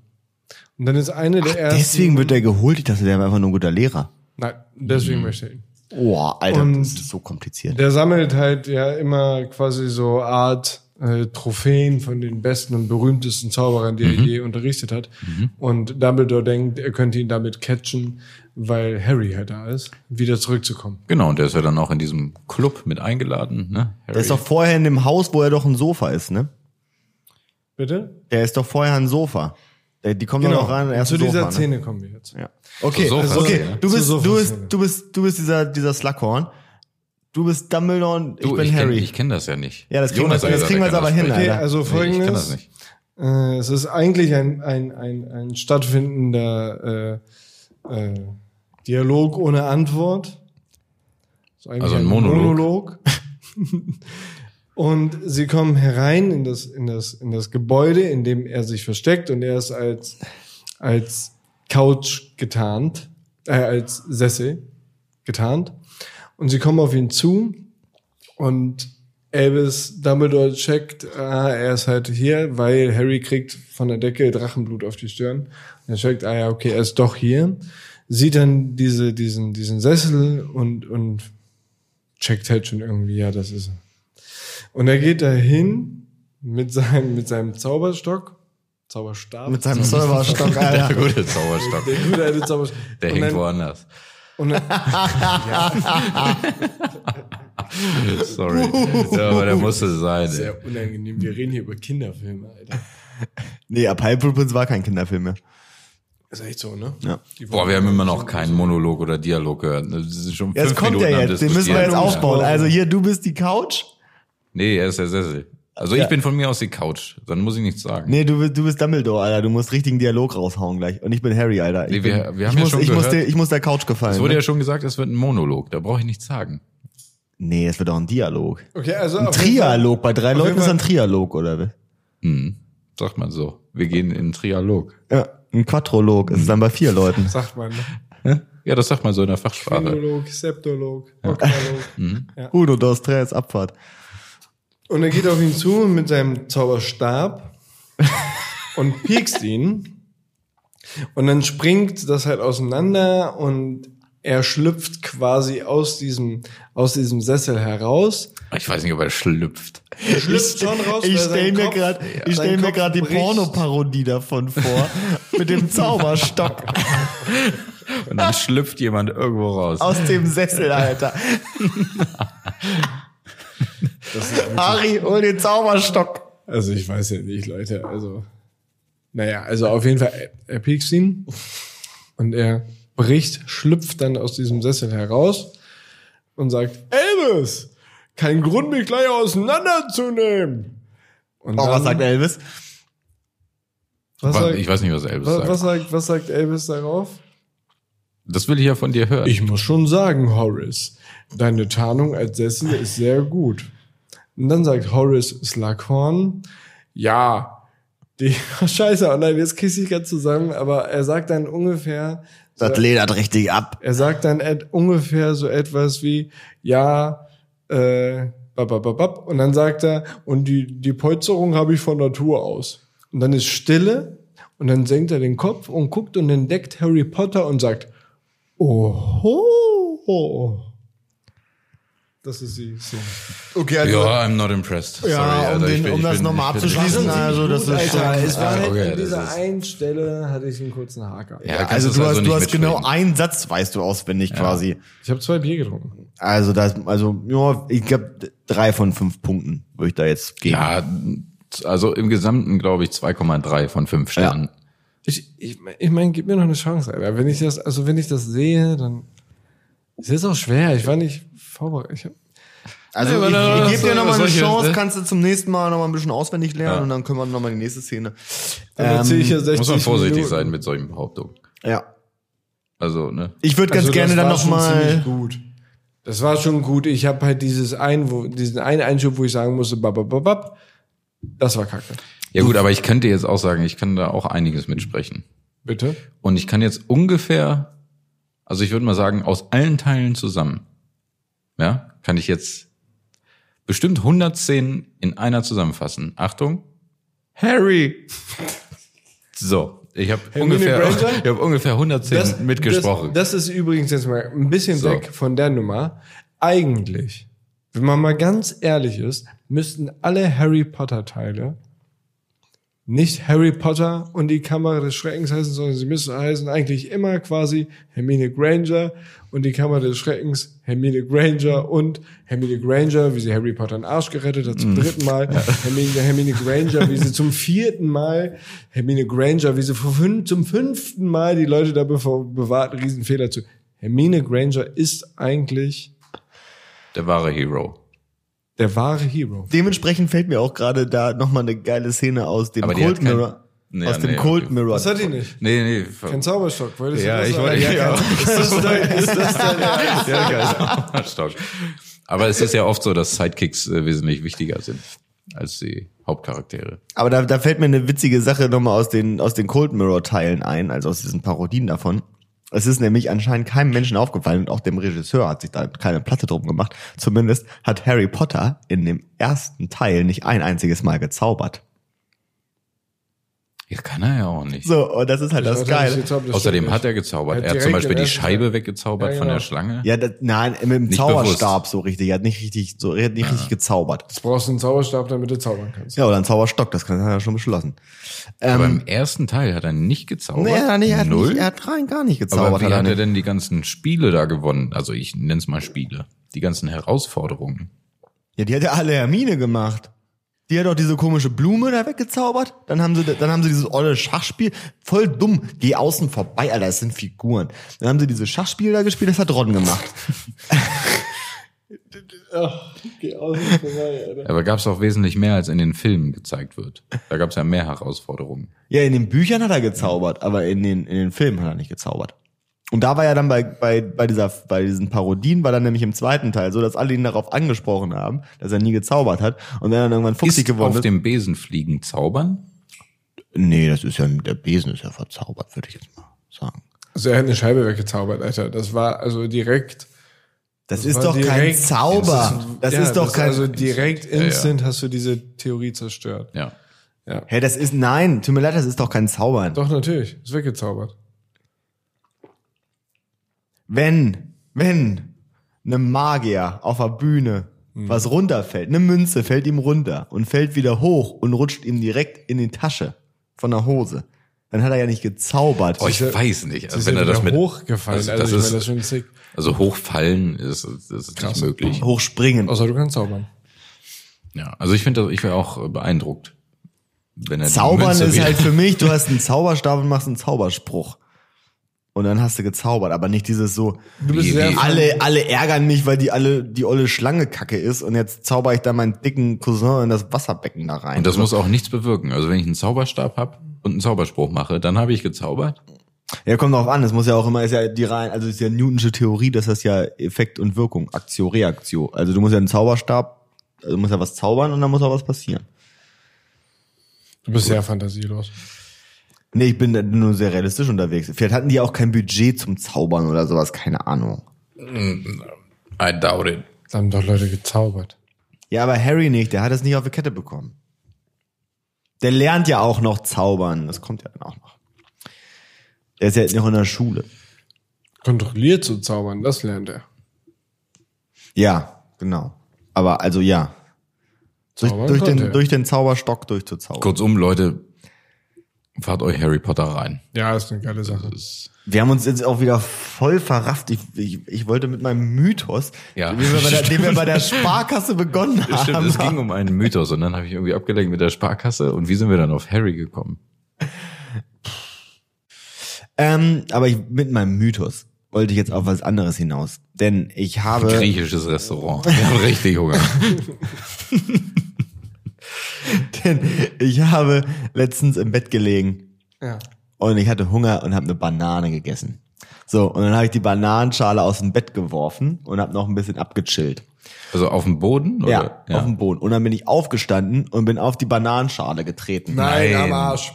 Und dann ist eine der ersten. Deswegen wird er geholt. Ich dachte, der war einfach nur ein guter Lehrer. Nein, deswegen möchte er ihn. Boah, Alter, Und- das ist so kompliziert. Der sammelt halt ja immer quasi so Art äh, Trophäen von den besten und berühmtesten Zauberern, die er je unterrichtet hat. Und Dumbledore denkt, er könnte ihn damit catchen, weil Harry halt da ist, wieder zurückzukommen. Genau, und der ist ja dann auch in diesem Club mit eingeladen. Ne? Der ist doch vorher in dem Haus, wo er doch ein Sofa ist, ne? Bitte? Genau. Der ist doch vorher ein Sofa. Der, die kommen doch noch Genau. rein und erst Zu ein dieser Sofa, Szene kommen wir jetzt. Ne? Ja. Okay, Zur also, Sofa-Szene. okay. Du Zur bist, du bist, Sofa-Szene. du bist, du bist dieser, dieser Slughorn. Du bist Dumbledore und ich Du, bin ich Harry. Kenn, ich kenne das ja nicht. Ja, das kriegen wir- das hat kriegen wir jetzt gesagt, aber er kann hin, das Okay, Alter. sprechen. also Nee, ich kenn das folgendes. nicht. Äh, es ist eigentlich ein, ein, ein, ein stattfindender äh, äh, Dialog ohne Antwort. Ist eigentlich Also ein Monolog. Monolog. [LAUGHS] und sie kommen herein in das, in, das, in das Gebäude, in dem er sich versteckt und er ist als, als Couch getarnt, äh, als Sessel getarnt. Und sie kommen auf ihn zu und Elvis Dumbledore checkt, ah, er ist halt hier, weil Harry kriegt von der Decke Drachenblut auf die Stirn. Er checkt, ah ja, okay, er ist doch hier. Sieht dann diese, diesen, diesen Sessel und, und checkt halt schon irgendwie, ja, das ist er. Und er geht dahin mit seinem, mit seinem Zauberstock, Zauberstab. Mit [LAUGHS] seinem Zauberstock, Alter. Der gute Zauberstock. [LAUGHS] der gute [LAUGHS] alte Zauberstab. Der und hängt dann, woanders. und dann, [LAUGHS] Sorry. Ja, aber der musste sein. Ey. Sehr unangenehm. Wir reden hier über Kinderfilme, Alter. Nee, ab Halbblutprinz war kein Kinderfilm mehr. Ist echt so, ne? Ja. Die Boah, wollen- wir haben immer noch keinen Monolog oder Dialog gehört. ne? Das ist schon fünf Jetzt kommt Minuten der am jetzt, den müssen wir Diskutieren. jetzt aufbauen. Ja. Also hier, du bist die Couch. Nee, er ist der Sessel. Also ich bin von mir aus die Couch. Dann muss ich nichts sagen. Nee, du bist, du bist Dumbledore, Alter. Du musst richtigen Dialog raushauen gleich. Und ich bin Harry, Alter. Ich, Nee, bin, wir- wir haben ja ich, muss, schon ich, muss gehört- der, ich muss der Couch gefallen. Es wurde ne? ja schon gesagt, es wird ein Monolog. Da brauche ich nichts sagen. nee, es wird auch ein Dialog. Okay, also Ein auf jeden Fall- Trialog. Bei drei Leuten jeden ist Fall- ein Trialog, oder? wie? Sagt man so. Wir gehen in einen Trialog. Ja. Ein Quadrolog. Es ist dann bei vier Leuten. Sagt man, ne? Ja, das sagt man so in der Fachsprache. Philolog, Septolog, [LAUGHS] Oktolog. Mhm. Uno, dos, tres, Abfahrt. Und er geht auf ihn zu mit seinem [LAUGHS] Zauberstab und piekst ihn. Und dann springt das halt auseinander und er schlüpft quasi aus diesem, aus diesem Sessel heraus. Ich weiß nicht, ob er schlüpft. Er schlüpft schon raus. Ich weil stell sein mir Kopf- gerade, ich sein stell mir Kopf gerade die bricht. Pornoparodie davon vor [LAUGHS] mit dem Zauberstock Und [LAUGHS] dann schlüpft jemand irgendwo raus. aus dem Sessel, Alter. Harry und den Zauberstock. Also ich weiß ja nicht, Leute. Also, naja, also auf jeden Fall, er, er piekst ihn und er bricht, schlüpft dann aus diesem Sessel heraus und sagt, Elvis, kein Grund, mich gleich auseinanderzunehmen. Und Oh, dann- was sagt Elvis? was sagt, ich weiß nicht, was Elvis was, sagt. was sagt, was sagt Elvis darauf? Das will ich ja von dir hören. Ich muss schon sagen, Horace, deine Tarnung als Sessel ist sehr gut. Und dann sagt Horace Slughorn, ja, die, [LAUGHS] oh, scheiße, oh nein, jetzt kriegst ich ganz zusammen, aber er sagt dann ungefähr, Das ledert richtig ab. er sagt dann et, ungefähr so etwas wie, ja, äh, babababab, und dann sagt er, und die, die Polsterung habe ich von Natur aus. Und dann ist Stille, und dann senkt er den Kopf und guckt und entdeckt Harry Potter und sagt, oho. Das ist sie. So. Okay, also- ja, I'm not impressed. Sorry, ja, um, Alter, ich den, bin- um ich das bin- nochmal ich bin- abzuschließen, also das ist schon. Alter, es war Ah, halt okay, an das dieser ist- einen Stelle hatte ich einen kurzen Haker. Ja, da kannst Also du's du hast, du hast nicht genau mitreden. einen Satz, weißt du auswendig quasi. Ich habe zwei Bier getrunken. Also das, also ja, ich glaube drei von fünf Punkten würde ich da jetzt geben. Ja, also im Gesamten glaube ich 2,3 von 5 Sternen. Ich, ich, ich meine, gib mir noch eine Chance, Alter. Wenn ich das, also wenn ich das sehe, dann es ist auch schwer. Ich war nicht vorbereitet. Ich hab, Also Nee, ich, aber ich das- gebe dir nochmal eine solche- Chance, ne? kannst du zum nächsten Mal nochmal ein bisschen auswendig lernen Ja. und dann können wir nochmal die nächste Szene. Ähm, dann erzähl ich ja 60 Muss man vorsichtig Minuten. sein mit solchen Behauptungen. Ja. Also, ne? Ich würde ganz Also gerne das dann war schon ziemlich nochmal. gut. Das war schon gut. Ich habe halt dieses ein, wo, diesen einen Einschub, wo ich sagen musste, babababab. Das war kacke. Ja gut, aber ich könnte jetzt auch sagen, ich kann da auch einiges mitsprechen. Bitte. Und ich kann jetzt ungefähr, also ich würde mal sagen, aus allen Teilen zusammen, ja, kann ich jetzt bestimmt 100 Szenen in einer zusammenfassen. Achtung, Harry. So, ich habe Hermine ungefähr, Granger? [LAUGHS] ich hab ungefähr 100 Szenen mitgesprochen. Das, das ist übrigens jetzt mal ein bisschen So. weg von der Nummer. Eigentlich, wenn man mal ganz ehrlich ist, müssten alle Harry Potter Teile nicht Harry Potter und die Kammer des Schreckens heißen, sondern sie müssen heißen eigentlich immer quasi Hermine Granger und die Kammer des Schreckens, Hermine Granger und Hermine Granger, wie sie Harry Potter den Arsch gerettet hat zum dritten Mal, Hermine, Hermine Granger, wie sie zum vierten Mal, Hermine Granger, wie sie vor fün zum fünften Mal die Leute da bevor bewahrt, einen Riesenfehler zu. Hermine Granger ist eigentlich Der wahre Hero. der wahre Hero. Dementsprechend fällt mir auch gerade da nochmal eine geile Szene aus dem Aber die Cold hat kein- Mirror. Nee, aus dem nee, Cold okay. Mirror. Das hat die nicht. Nee, nee. Kein [LAUGHS] Zauberstock, wolltest ja, du das ich sagen? wollte, ja, ja, [LAUGHS] Ist das dein ja, geil. Stock. Aber es ist ja oft so, dass Sidekicks äh, wesentlich wichtiger sind als die Hauptcharaktere. Aber da, da fällt mir eine witzige Sache nochmal aus den, aus den Cold Mirror-Teilen ein, also aus diesen Parodien davon. Es ist nämlich anscheinend keinem Menschen aufgefallen und auch dem Regisseur hat sich da keine Platte drum gemacht. Zumindest hat Harry Potter in dem ersten Teil nicht ein einziges Mal gezaubert. Ja, kann er ja auch nicht. So, und das ist halt Ich das weiß nicht, Geile. jetzt, ob das Außerdem stimmt hat er nicht. Er gezaubert. hat er hat zum direkt den Beispiel die ersten Scheibe Schlag. weggezaubert Ja, von der genau. Schlange. Ja, das, nein, mit dem Nicht Zauberstab so richtig. Er hat nicht richtig, so, er hat nicht richtig gezaubert. Jetzt brauchst du einen Zauberstab, damit du zaubern kannst. Ja, oder ein Zauberstock, das kann- hat er schon beschlossen. Aber Ähm, im ersten Teil hat er nicht gezaubert. nee, er hat, nicht, er, hat Null. nicht, er hat rein gar nicht Aber gezaubert. wie hat er hat er nicht. denn die ganzen Spiele da gewonnen? Also ich nenne es mal Spiele. Die ganzen Herausforderungen. Ja, die hat ja alle Hermine gemacht. Die hat doch diese komische Blume da weggezaubert. Dann haben sie, dann haben sie dieses olle Schachspiel. Voll dumm. Geh außen vorbei, Alter. Das sind Figuren. Dann haben sie dieses Schachspiel da gespielt. Das hat Ron gemacht. Geh außen vorbei, Alter. Aber gab es auch wesentlich mehr, als in den Filmen gezeigt wird. Da gab es ja mehr Herausforderungen. Ja, in den Büchern hat er gezaubert, aber in den, in den Filmen hat er nicht gezaubert. Und da war ja dann bei, bei, bei, dieser, bei diesen Parodien, war dann nämlich im zweiten Teil so, dass alle ihn darauf angesprochen haben, dass er nie gezaubert hat. Und wenn er dann irgendwann fuchsig Ist geworden auf ist. dem Besen fliegen zaubern? Nee, das ist ja, der Besen ist ja verzaubert, würde ich jetzt mal sagen. Also er hat eine Scheibe weggezaubert, Alter. Das war also direkt. Das, das ist war doch kein direkt- Zauber. Das Ja, ist doch kein. Also direkt ja. instant hast du diese Theorie zerstört. Ja. Ja. Hä, das ist, nein, tut mir leid, das ist doch kein Zaubern. Doch, natürlich. Ist weggezaubert. Wenn, wenn eine Magier auf der Bühne was runterfällt, eine Münze fällt ihm runter und fällt wieder hoch und rutscht ihm direkt in die Tasche von der Hose, dann hat er ja nicht gezaubert. Oh, ich Diese- weiß nicht. Sie Also wenn er das wieder mit hochgefallen. Also, Also, das ich ist, meine, das ist schon sick. also hochfallen ist, ist, ist nicht möglich. Hochspringen. Außer du kannst zaubern. Ja. Also ich finde, das- ich wäre auch äh, beeindruckt, wenn er die Zaubern Münze ist wieder- halt für mich, du hast einen Zauberstab und machst einen Zauberspruch. Und dann hast du gezaubert, aber nicht dieses so, Du bist Wie- sehr wie- alle, alle ärgern mich, weil die alle, die olle Schlange kacke ist und jetzt zauber ich da meinen dicken Cousin in das Wasserbecken da rein. Und das muss auch nichts bewirken. Also wenn ich einen Zauberstab habe und einen Zauberspruch mache, dann habe ich gezaubert. Ja, kommt drauf an. Es muss ja auch immer, ist ja die rein, also ist ja Newtonsche Theorie, dass das ja Effekt und Wirkung, Aktio, Reaktio. Also du musst ja einen Zauberstab, also du musst ja was zaubern und dann muss auch was passieren. Du bist sehr fantasielos. Nee, ich bin da nur sehr realistisch unterwegs. Vielleicht hatten die auch kein Budget zum Zaubern oder sowas, keine Ahnung. I doubt it. Da haben doch Leute gezaubert. Ja, aber Harry nicht, der hat es nicht auf die Kette bekommen. Der lernt ja auch noch zaubern, das kommt ja dann auch noch. Der ist ja jetzt noch in der Schule. Kontrolliert zu zaubern, das lernt er. Ja, genau. Aber also ja. Durch, Zaubern durch, konnte den, er. durch den Zauberstock durchzuzaubern. Kurzum, Leute, fahrt euch Harry Potter rein. Ja, ist eine geile Sache. Wir haben uns jetzt auch wieder voll verrafft. Ich, ich, ich wollte mit meinem Mythos, Ja, den, wir bei der, den wir stimmt. [LAUGHS] bei der Sparkasse begonnen haben. Stimmt, es ging um einen Mythos und dann habe ich irgendwie abgelenkt mit der Sparkasse und wie sind wir dann auf Harry gekommen? Ähm, aber ich, mit meinem Mythos wollte ich jetzt auf was anderes hinaus. Denn ich habe. Griechisches Restaurant. Ich habe richtig Hunger. [LAUGHS] Denn ich habe letztens im Bett gelegen Ja. und ich hatte Hunger und habe eine Banane gegessen. So, und dann habe ich die Bananenschale aus dem Bett geworfen und habe noch ein bisschen abgechillt. Also auf dem Boden? Oder? ja, auf dem Boden. Und dann bin ich aufgestanden und bin auf die Bananenschale getreten. Nein, Nein. am Arsch.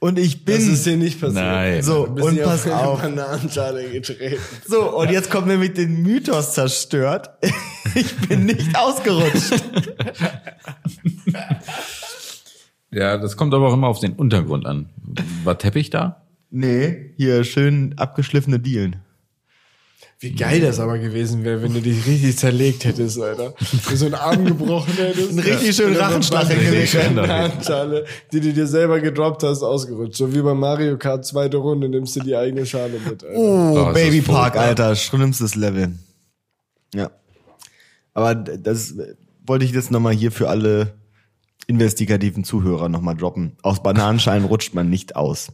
Und ich bin. Das ist dir nicht passiert. Nein. so, Du bist und nicht pass auf, eine auf. Bananenschale getreten. So, und jetzt kommt nämlich den Mythos zerstört. [LAUGHS] Ich bin nicht ausgerutscht. ja, das kommt aber auch immer auf den Untergrund an. War Teppich da? [LAUGHS] Nee, hier schön abgeschliffene Dielen. Wie geil das aber gewesen wäre, wenn du dich richtig zerlegt hättest, Alter. Wenn du so einen Arm gebrochen hättest. Einen richtig schönen Und dann so Rachenstachel eine gelegt. Bananenschale, die du dir selber gedroppt hast, ausgerutscht. So wie bei Mario Kart zweite Runde nimmst du die eigene Schale mit, Alter. Oh, das ist Baby Park, furchtbar. Alter, schlimmstes Level. Ja. Aber d- das äh, wollte ich jetzt nochmal hier für alle investigativen Zuhörer nochmal droppen. Aus Bananenschalen rutscht man nicht aus.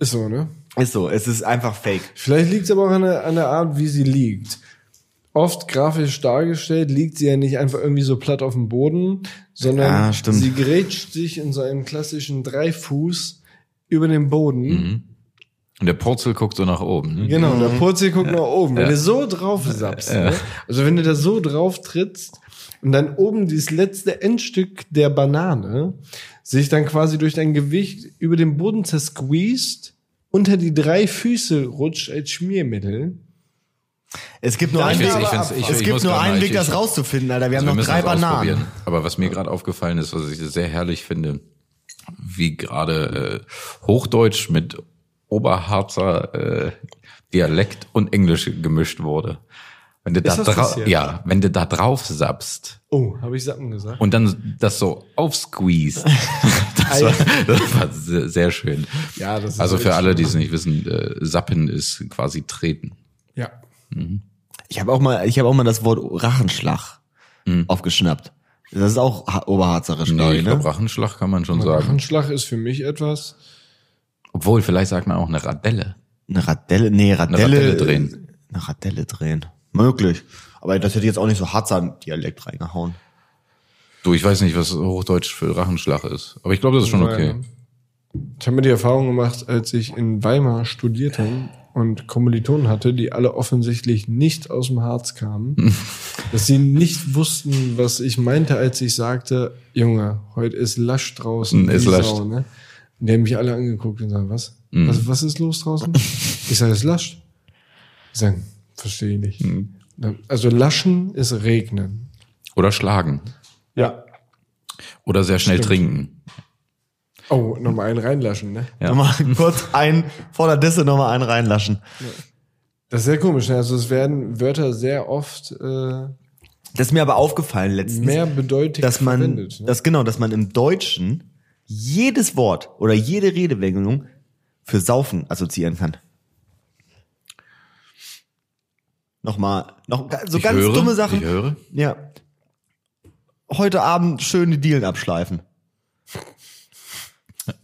Ist so, ne? Ist so, es ist einfach fake. Vielleicht liegt es aber auch an der, an der Art, wie sie liegt. Oft grafisch dargestellt liegt sie ja nicht einfach irgendwie so platt auf dem Boden, sondern Ah, stimmt. sie grätscht sich in so einem klassischen Dreifuß über den Boden. Und der Purzel guckt so nach oben. ne? Genau, der Purzel guckt nach oben. Wenn du so drauf sappst, ne? also wenn du da so drauf trittst und dann oben dieses letzte Endstück der Banane sich dann quasi durch dein Gewicht über den Boden zersqueezed, unter die drei Füße rutscht als Schmiermittel. Es gibt nur Ich einen find's- ich Weg, find's- ich- es ich muss gibt nur grad mal- einen ich- Weg, das ich- rauszufinden, Alter. Wir Also haben noch müssen drei das ausprobieren. Bananen. Aber was mir gerade aufgefallen ist, was ich sehr herrlich finde, wie gerade äh, Hochdeutsch mit Oberharzer äh, Dialekt und Englisch gemischt wurde. Wenn du da Ist das das drau- hier? ja, wenn du da drauf sappst Oh, habe ich Sacken gesagt? und dann das so [LAUGHS] aufsqueezed. Das war, das war sehr, sehr schön. Ja, das ist also für echt alle, die es nicht wissen, äh, sappen ist quasi treten. Ja. Ich habe auch mal, ich habe auch mal das Wort Rachenschlag aufgeschnappt. Das ist auch ha- Oberharzerisch, Hm. Nee, glaube ich ich, glaube, ne? Rachenschlag kann man schon sagen. Handschlag ist für mich etwas. Obwohl, vielleicht sagt man auch eine Radelle. Eine Radelle, nee, Radelle. Radelle drehen. äh, Eine Radelle drehen. Möglich. Aber das hätte ich jetzt auch nicht so Harzer Dialekt reingehauen. Du, ich weiß nicht, was Hochdeutsch für Rachenschlag ist. Aber ich glaube, das ist schon okay. Ich habe mir die Erfahrung gemacht, als ich in Weimar studiert habe und Kommilitonen hatte, die alle offensichtlich nicht aus dem Harz kamen, dass sie nicht wussten, was ich meinte, als ich sagte, Junge, heute ist lasch draußen. Mm, ist wie lasch. ne? Und die haben mich alle angeguckt und sagen, was? Was, was ist los draußen? Ich sage, es lascht. Die sagen, verstehe ich nicht. Dann- Also laschen ist regnen. Oder schlagen. Ja. Oder sehr schnell trinken. Oh, nochmal einen reinlaschen, ne? Ja. Nochmal [LAUGHS] kurz ein, vor der Disse nochmal einen reinlaschen. Das ist sehr komisch. ne? Also es werden Wörter sehr oft äh, Das ist mir aber aufgefallen letztens. mehrbedeutig dass man, verwendet. Ne? dass genau, dass man im Deutschen jedes Wort oder jede Redewendung für Saufen assoziieren kann. Nochmal, noch so ich ganz höre, dumme Sachen. Ich höre. [LAUGHS] Ja. Heute Abend schön die Dielen abschleifen.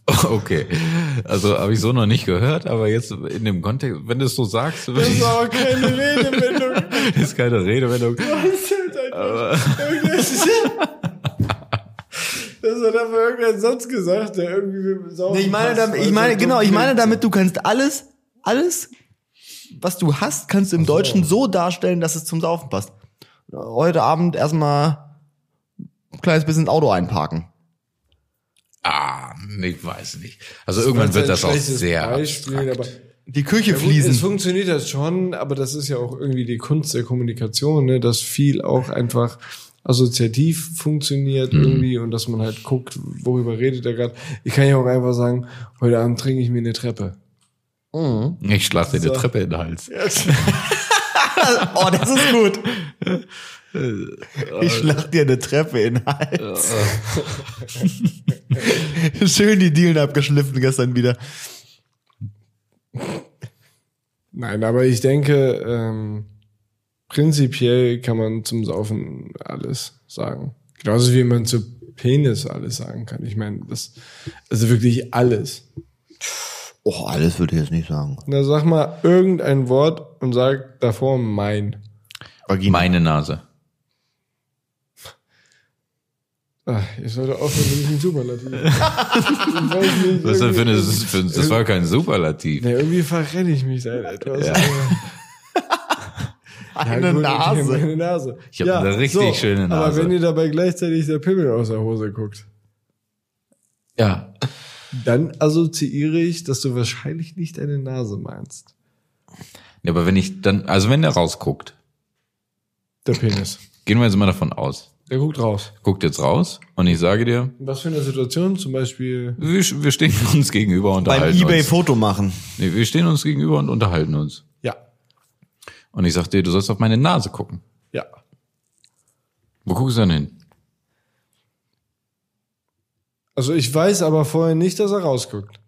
Okay. Also habe ich so noch nicht gehört, aber jetzt in dem Kontext, wenn du es so sagst, das ist, ist aber keine Redewendung. [LAUGHS] [LAUGHS] ist keine Redewendung. Das ist halt einfach [LAUGHS] irgendwas- Das hat einfach irgendein Satz gesagt, der irgendwie sauber Ich meine, damit, ich halt meine, genau, ich meine damit, du kannst alles, alles, was du hast, kannst du im Deutschen so darstellen, dass es zum Saufen passt. Heute Abend erstmal ein kleines bisschen Auto einparken. Ah, ich weiß nicht. Also irgendwann wird das auch sehr abstrakt. aber Die Küche Ja, gut, Es fließen. funktioniert das schon, aber das ist ja auch irgendwie die Kunst der Kommunikation, ne? dass viel auch einfach assoziativ funktioniert irgendwie und dass man halt guckt, worüber redet er gerade. Ich kann ja auch einfach sagen, heute Abend trinke ich mir eine Treppe. Ich schlage dir So. eine Treppe in den Hals. [LAUGHS] Oh, das ist gut. Ich schlag dir eine Treppe in den Hals. Schön die Dielen abgeschliffen gestern wieder. Nein, aber ich denke, ähm, prinzipiell kann man zum Saufen alles sagen. Genauso wie man zu Penis alles sagen kann. Ich meine, das, also wirklich alles. Oh, alles würde ich jetzt nicht sagen. Na, sag mal irgendein Wort und sag davor mein. Vagina. Meine Nase. Ach, Ah, ich sollte aufhören, wenn ich ein Superlativ. Ich weiß nicht, Was ist denn für eine, irgendwie- für, das war kein Superlativ. Ja, irgendwie verrenne ich mich da in etwas. aber- Ja, Eine gut, okay, Nase. Meine Nase. Ich hab eine richtig schöne Aber Nase. wenn ihr dabei gleichzeitig der Pimmel aus der Hose guckt, Ja. dann assoziiere ich, dass du wahrscheinlich nicht deine Nase meinst. ja. Aber wenn ich dann, also wenn der rausguckt, Der Penis. gehen wir jetzt mal davon aus. Der guckt raus. Guckt jetzt raus und ich sage dir, In was für einer Situation zum Beispiel? wir, wir stehen [LAUGHS] uns gegenüber und Beim unterhalten Ebay uns. Foto machen. Nee, wir stehen uns gegenüber und unterhalten uns. Ja. Und ich sag dir, du sollst auf meine Nase gucken. Ja. Wo guckst du denn hin? Also ich weiß aber vorher nicht, dass er rausguckt.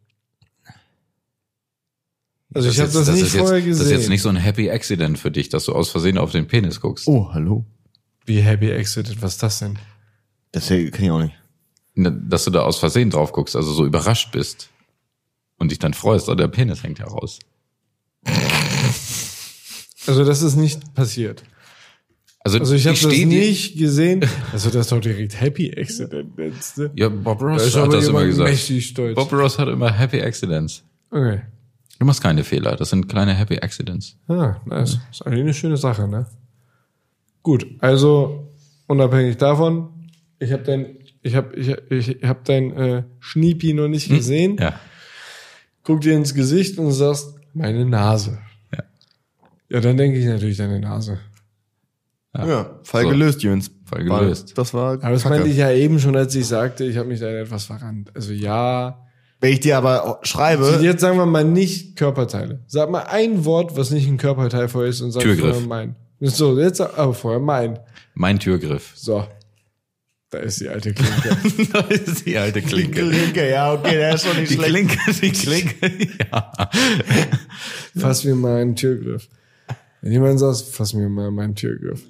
Also ich habe ist das, jetzt- nicht ist jetzt, vorher gesehen. Das ist jetzt nicht so ein Happy Accident für dich, dass du aus Versehen auf den Penis guckst. Oh, hallo. Wie Happy Exited, was ist das denn? Das hier kann ich auch nicht. Ne, Dass du da aus Versehen drauf guckst, also so überrascht bist. Und dich dann freust, oh, der Penis hängt heraus. Also das ist nicht passiert. Also, Also ich habe das steh dir- nicht [LAUGHS] gesehen. Also das ist doch direkt Happy Accident. jetzt, ne? Ja, Bob Da Ross ist hat aber das jemand immer gesagt. mächtig stolz. Bob Ross hat immer Happy Accidents. Okay. Du machst keine Fehler, das sind kleine Happy Accidents. Ah, nice. Ist eigentlich eine schöne Sache, ne? Gut, also unabhängig davon, ich habe dein, ich habe, ich, ich habe dein äh, Schniepi noch nicht gesehen. Hm? Ja. Guck dir ins Gesicht und sagst, meine Nase. Ja. Ja, dann denke ich natürlich deine Nase. Ja, Fall So. gelöst, Jens. Fall War, gelöst. das war. Aber das Kacke. meinte ich ja eben schon, als ich sagte, ich habe mich da in etwas verrannt. Also ja. Wenn ich dir aber Also schreibe, jetzt sagen wir mal nicht Körperteile. Sag mal ein Wort, was nicht ein Körperteil vorher ist und sag Türgriff. vorher mein. So, jetzt sag- aber vorher mein. [LAUGHS] Mein Türgriff. So. Da ist die alte Klinke. da ist die alte die Klinke, ja, okay, der ist schon nicht Die schlecht. Klinke, die Klinke. Ja. fass mir mal einen Türgriff. Wenn jemand sagt, fass mir mal meinen Türgriff.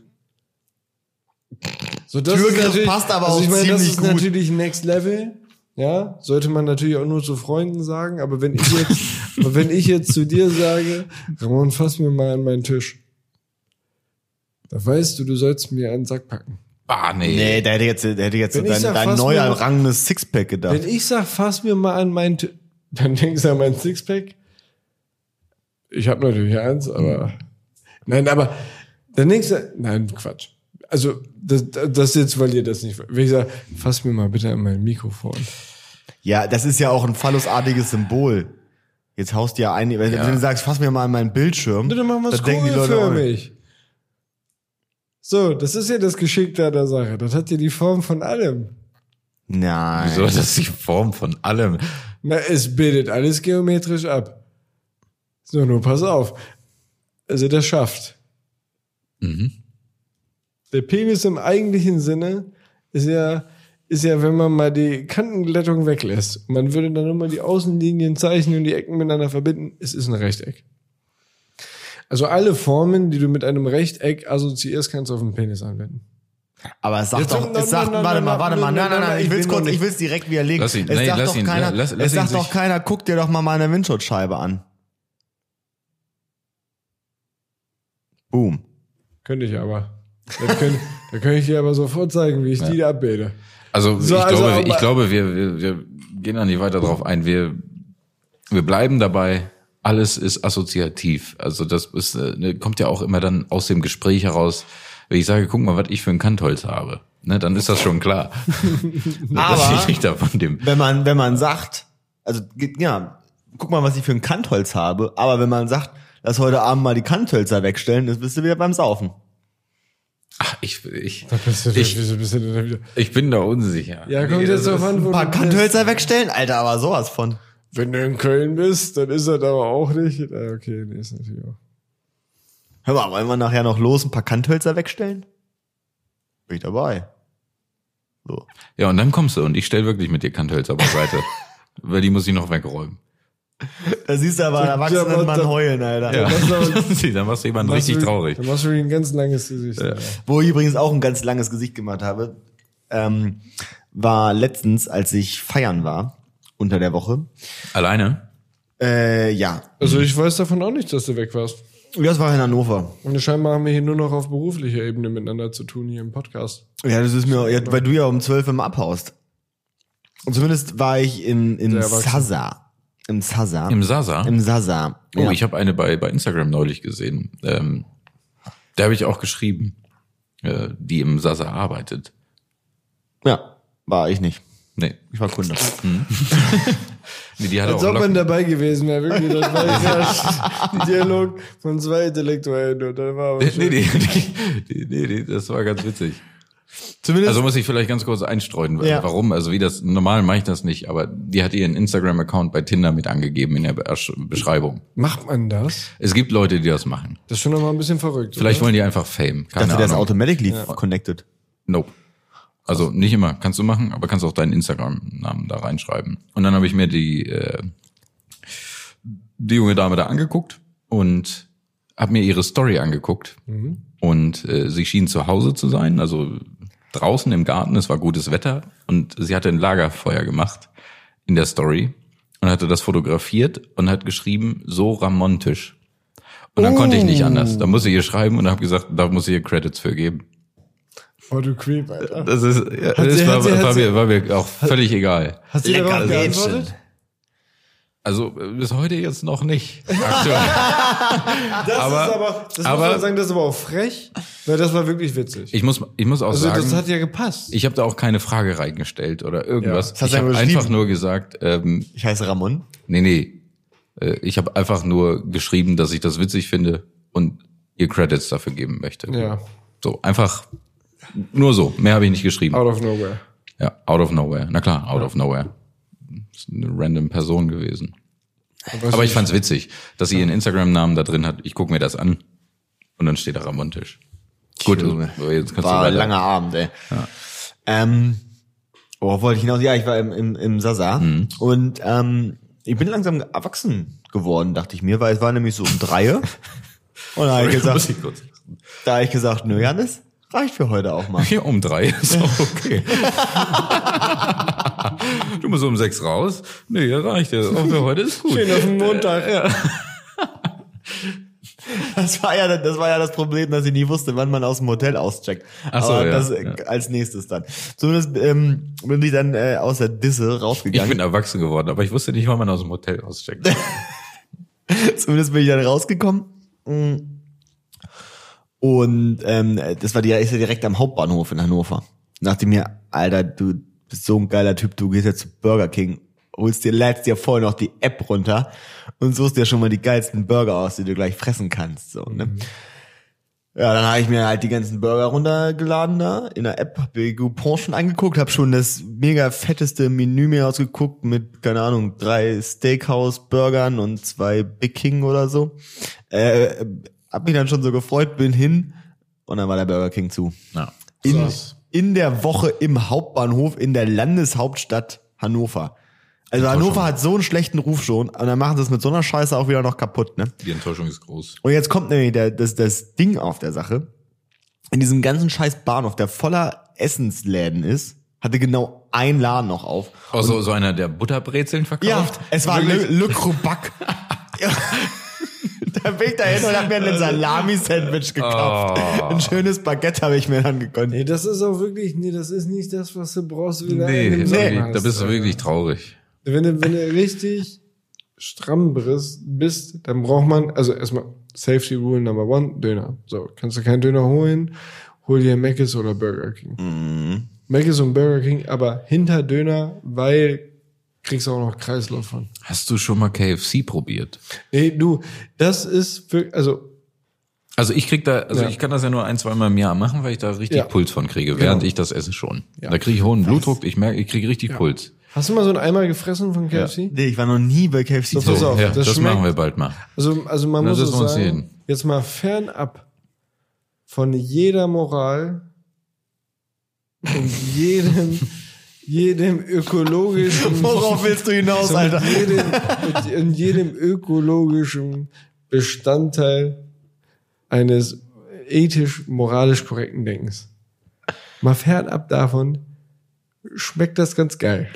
So, das Türgriff natürlich- also passt aber auch ich meine, ziemlich das ist gut. natürlich Next Level. Ja, sollte man natürlich auch nur zu Freunden sagen, aber wenn ich [LAUGHS] jetzt, aber wenn ich jetzt zu dir sage, Ramon, fass mir mal an meinen Tisch. Da weißt du, du sollst mir einen Sack packen. Ah, nee. Nee, der hätte jetzt, der hätte jetzt Wenn ich dein, sag, dein fass neu mir- errangenes Sixpack gedacht. Wenn ich sag, fass mir mal an meinen Tisch, dann denkst du an mein Sixpack. Ich habe natürlich eins, Mhm. aber nein, aber dann denkst du, nein, Quatsch. Also das, das jetzt, weil ihr das nicht, wenn ich sag, fass mir mal bitte an mein Mikrofon. Ja, das ist ja auch ein phallusartiges Symbol. Jetzt haust du ja ein, wenn, wenn du sagst, fass mir mal an meinen Bildschirm, Bitte mach mal dann denken die Leute auch, kugelförmig. So, das ist ja das Geschickte an der Sache. Das hat ja die Form von allem. nein. Wieso? Das ist die Form von allem. Na, es bildet alles geometrisch ab. So, nur pass auf. Also der schafft. Der Penis im eigentlichen Sinne ist ja, ist ja, wenn man mal die Kantenglättung weglässt. Man würde dann immer die Außenlinien zeichnen und die Ecken miteinander verbinden. Es ist ein Rechteck. Also alle Formen, die du mit einem Rechteck assoziierst, kannst du auf den Penis anwenden. Aber es sagt Jetzt doch, kommt- es sagt, nein, nein, warte nein, mal, warte nein, mal, nein, nein, nein, nein, nein, ich ich will's will kurz, noch ich will's direkt widerlegen. Lass ihn, es nee, sagt lass doch ihn, keiner, lass- lass es ihn sagt sich- doch keiner, guck dir doch mal meine Windschutzscheibe an. Boom. Könnte ich aber. Da könnte, da könnte ich dir aber sofort zeigen, wie ich die da abbilde. Also, So, ich, also, glaube, aber- ich glaube, wir, wir, wir gehen da nicht weiter drauf ein. Wir, wir bleiben dabei. Alles ist assoziativ. Also das ist, äh, ne, kommt ja auch immer dann aus dem Gespräch heraus. Wenn ich sage, guck mal, was ich für ein Kantholz habe, ne, dann ist das schon klar. [LAUGHS] Aber- dass [LAUGHS] ich nicht da von dem. Wenn man, wenn man sagt, also, ge- ja, guck mal, was ich für ein Kantholz habe, aber wenn man sagt, lass heute Abend mal die Kanthölzer wegstellen, dann bist du wieder beim Saufen. Ach, ich, ich, Da bist du, ich, wieso bist du denn da wieder? ich bin da unsicher. Ja, kommt Nee, jetzt das drauf ist- an, wo Ein paar du bist. Kanthölzer wegstellen? Alter, aber sowas von. Wenn du in Köln bist, dann ist das aber auch nicht. Ah, Okay, nee, ist natürlich [LAUGHS] auch. Hör mal, wollen wir nachher noch los ein paar Kanthölzer wegstellen? Bin ich dabei. So. Ja, und dann kommst du und ich stell wirklich mit dir Kanthölzer [LAUGHS] beiseite. weil die muss ich noch wegräumen. Da siehst du aber einen erwachsenen aber Mann da- heulen, Alter. Ja. machst du aber- [LAUGHS] dann machst du jemanden richtig Machst du- traurig. Dann machst du ein ganz langes Gesicht. Ja. Wo ich übrigens auch ein ganz langes Gesicht gemacht habe, ähm, war letztens, als ich feiern war, unter der Woche. Alleine? Äh, ja. Also ich weiß davon auch nicht, dass du weg warst. Das war in Hannover. Und scheinbar haben wir hier nur noch auf beruflicher Ebene miteinander zu tun, hier im Podcast. Oh, Ja, das ist mir, ja, weil du ja um 12 immer abhaust. Und zumindest war ich im, im Sehr erwachsen. Sasa. Im Sasa. Im Sasa? Im Sasa. Oh, ja. ich habe eine bei, bei Instagram neulich gesehen. Ähm, da habe ich auch geschrieben, äh, die im Sasa arbeitet. ja, war ich nicht. Nee, Ich war Kunde. Hm. nee die hat Als auch ob man Locken. dabei gewesen wäre, wirklich. Das [LAUGHS] war ja [LAUGHS] ein Dialog von zwei Intellektuellen. Und dann war aber [LAUGHS] Nee, nee, schön. die, die, die, die, das war ganz witzig. Zumindest Also muss ich vielleicht ganz kurz einstreuen, Ja. warum. Also wie das, normal mache ich das nicht, aber die hat ihren Instagram-Account bei Tinder mit angegeben in der Besch- Beschreibung. Macht man das? Es gibt Leute, die das machen. Das ist schon nochmal ein bisschen verrückt. Mhm. Vielleicht oder? wollen die einfach Fame. ich Keine dachte, der ist Ahnung. automatically connected. Nope. Also nicht immer, kannst du machen, aber kannst auch deinen Instagram-Namen da reinschreiben. Und dann habe ich mir die, äh, die junge Dame da angeguckt und habe mir ihre Story angeguckt. Und äh, sie schien zu Hause zu sein, also draußen im Garten, es war gutes Wetter und sie hatte ein Lagerfeuer gemacht in der Story und hatte das fotografiert und hat geschrieben, so ramontisch. Und dann konnte ich nicht anders. Da musste ich ihr schreiben und habe gesagt, da muss ich ihr Credits für geben. Oh, du Creep, Alter. Das ist, ja, das sie- war, hat sie- hat war, sie- mir, war mir auch völlig egal. Hast du darauf Lecker geantwortet? Also äh, bis heute jetzt [LAUGHS] noch nicht. Aktuell. Das Aber- ist aber, das aber- muss man sagen, das ist aber auch frech, weil das war wirklich witzig. Ich muss, ich muss auch also das sagen, hat ja gepasst. ich habe da auch keine Frage reingestellt oder Ja, irgendwas. das hast ich du habe einfach einfach geschrieben. nur gesagt, ähm, Ich heiße Ramon. nee, nee. Äh, Ich habe einfach nur geschrieben, dass ich das witzig finde und ihr Credits dafür geben möchte. Ja. So einfach Nur so. Mehr habe ich nicht geschrieben. Out of nowhere. ja, out of nowhere. Na klar, out of nowhere. Ist eine random Person gewesen. Aber ich fand's witzig, dass sie ihren Instagram-Namen da drin hat. Ich gucke mir das an und dann steht da Ramontisch. Gut, Junge. also, jetzt kannst du war ein weiter. langer Abend, ey. Ähm, worauf wollte ich hinaus? Ja, ich war im, im, im Sasa Mhm. und ähm, ich bin langsam erwachsen geworden, dachte ich mir, weil es war nämlich so [LAUGHS] um drei. und da habe ich Muss gesagt, ich kurz. da habe ich gesagt, nö, Janis, reicht für heute auch mal. Hier um drei ist auch okay. du musst um sechs raus. Nee, das reicht ja. Auch für heute ist gut. Schön auf den Montag. [LAUGHS] Das war ja das, war ja das Problem, dass ich nie wusste, wann man aus dem Hotel auscheckt. Ach so, Aber ja, das äh, ja. als nächstes dann. Zumindest ähm, bin ich dann äh, aus der Disse Ich rausgegangen. bin erwachsen geworden, aber ich wusste nicht, wann man aus dem Hotel auscheckt. [LAUGHS] Zumindest bin ich dann rausgekommen. Mm. Und ähm, das war die, ist ja direkt am Hauptbahnhof in Hannover. Dachte mir, Alter, du bist so ein geiler Typ, du gehst jetzt zu Burger King, holst dir, lädst dir vorher noch die App runter und suchst dir schon mal die geilsten Burger aus, die du gleich fressen kannst. So, ne? Ja, dann habe ich mir halt die ganzen Burger runtergeladen da in der App, hab mir Coupons schon angeguckt, habe schon das mega fetteste Menü mir ausgeguckt mit, keine Ahnung, drei Steakhouse-Burgern und zwei Big King oder so. Äh, hab mich dann schon so gefreut, bin hin und dann war der Burger King zu. Ja. In, in der Woche im Hauptbahnhof in der Landeshauptstadt Hannover. Also Hannover schon. hat so einen schlechten Ruf schon und dann machen sie es mit so einer Scheiße auch wieder noch kaputt, ne? Die Enttäuschung ist groß. Und jetzt kommt nämlich der, das, das Ding auf der Sache. In diesem ganzen scheiß Bahnhof, der voller Essensläden ist, hatte genau ein Laden noch auf. Oh, so, so einer, der Butterbrezeln Ja, verkauft? es war Le, Wirklich? Le Crobac. ja. [LAUGHS] Da bin ich da hin und hab mir ein Salami-Sandwich gekauft. Ein schönes Baguette habe ich mir dann gekonnt. Nee, das ist auch wirklich, nee, das ist nicht das, was du brauchst, wenn du Nee, einen im sorry, Leben hast, da bist du Alter. wirklich traurig. Wenn du, wenn du richtig stramm bist, bist, dann braucht man, also erstmal Safety Rule Number One, Döner. So, kannst du keinen Döner holen, hol dir Mc's oder Burger King. Mhm. Mc's und Burger King, aber hinter Döner, weil kriegst du auch noch Kreislauf von. Hast du schon mal KFC probiert? Nee, du, das ist für, also Also ich krieg da, also Ja. ich kann das ja nur ein, zweimal im Jahr machen, weil ich da richtig Ja. Puls von kriege, während ich das esse schon. Da kriege ich hohen Blutdruck, ich merke, ich kriege richtig Puls. Hast du mal so einen Eimer gefressen von KFC? Nee, ich war noch nie bei KFC. So, pass auf, ja, das, das schmeckt- machen wir bald mal. Also, also man Na, muss das es wollen sie sagen, sehen. jetzt mal fernab von jeder Moral und [LAUGHS] jedem, jedem ökologischen, Worauf willst du hinaus, so Alter? mit jedem, mit, in jedem ökologischen Bestandteil eines ethisch-moralisch korrekten Denkens. Mal fernab davon schmeckt das ganz [LAUGHS] geil.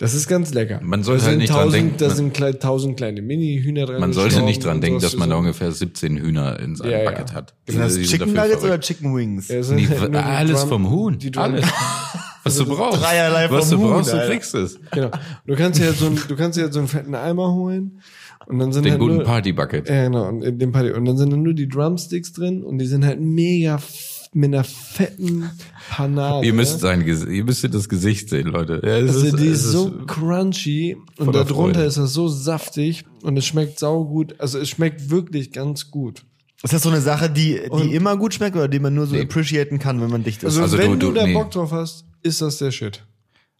Das ist ganz lecker. Man sollte Da halt sind nicht dran tausend, denken, Da man- sind klei- tausend kleine Mini-Hühner dran. Man sollte nicht gestorben dran denken, und dass man da sowas. ungefähr 17 Hühner in seinem Ja, ja. Bucket hat. Sind das Die sind Chicken dafür Nuggets oder verrückt. Chicken Wings? Ja, es sind Nee, halt nur die alles Drum- vom Huhn. Die Drum- [LAUGHS] Alles. Was du brauchst. dreierlei Was vom du Huhn, brauchst, du Alter. kriegst es. Genau. Du kannst dir jetzt so einen, du kannst dir jetzt so einen fetten Eimer holen und dann sind Den halt guten nur, Party-Bucket. Ja, genau, und in dem Party. Und dann sind dann nur die Drumsticks drin und die sind halt mega f- mit einer fetten Panade. Ihr müsst sein, Gesi- ihr müsstet das Gesicht sehen, Leute. Ja, es also ist- die es ist so ist- crunchy und voller darunter Freude. ist das so saftig und es schmeckt saugut. Also es schmeckt wirklich ganz gut. Ist das so eine Sache, die, Und- die immer gut schmeckt oder die man nur so appreciaten kann, wenn man dicht ist? Also, Also wenn du- du, du- da nee. Bock drauf hast, ist das der Shit.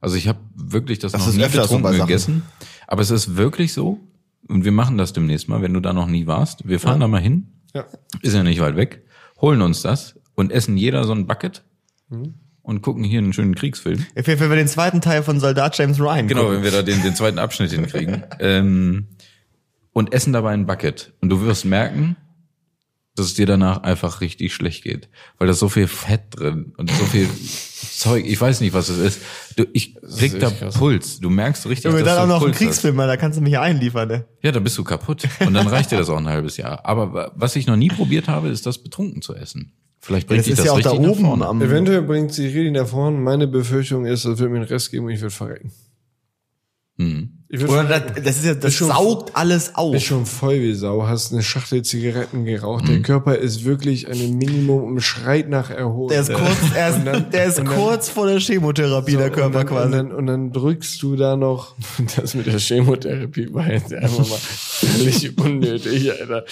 Also ich habe wirklich das, Das noch ist nie öfters so bei getrunken Sachen. gegessen. Aber es ist wirklich so. Und wir machen das demnächst mal, wenn du da noch nie warst. Wir fahren da mal hin. Ja. Ist ja nicht weit weg. Holen uns das und essen jeder so ein Bucket Mhm. und gucken hier einen schönen Kriegsfilm. Wenn wir den zweiten Teil von Soldat James Ryan Genau, gucken. wenn wir da den, den zweiten Abschnitt hinkriegen. Ähm, und essen dabei ein Bucket. Und du wirst merken, dass es dir danach einfach richtig schlecht geht. Weil da ist so viel Fett drin und so viel Zeug. Ich weiß nicht, was es ist. Du, ich krieg da Puls. Du merkst richtig, Wenn wir dass dann du auch noch einen Puls hast. Kriegsfilm machen, da kannst du mich einliefern, ne? Ja, dann bist du kaputt. Und dann reicht dir das auch ein halbes Jahr. Aber wa- was ich noch nie probiert habe, ist das betrunken zu essen. Vielleicht bringt Das dich ist das ja auch da richtig nach oben vorne. am. Mhm. Eventuell bringt sie Redin da vorne. Meine Befürchtung ist, das wird mir den Rest geben und ich werde verrecken. Mhm. Ich würd Oder das, das ist ja, das Ist schon- saugt alles bist auf. schon voll wie Sau, hast eine Schachtel Zigaretten geraucht. Mhm. Der Körper ist wirklich an dem Minimum und schreit nach Erholung. Der ist kurz, er [LAUGHS] ist, Und dann- der ist und dann- kurz vor der Chemotherapie, der und Körper dann, Und quasi. dann, und dann drückst du da noch, [LAUGHS] das mit der Chemotherapie war jetzt einfach mal [LAUGHS] völlig unnötig, Alter.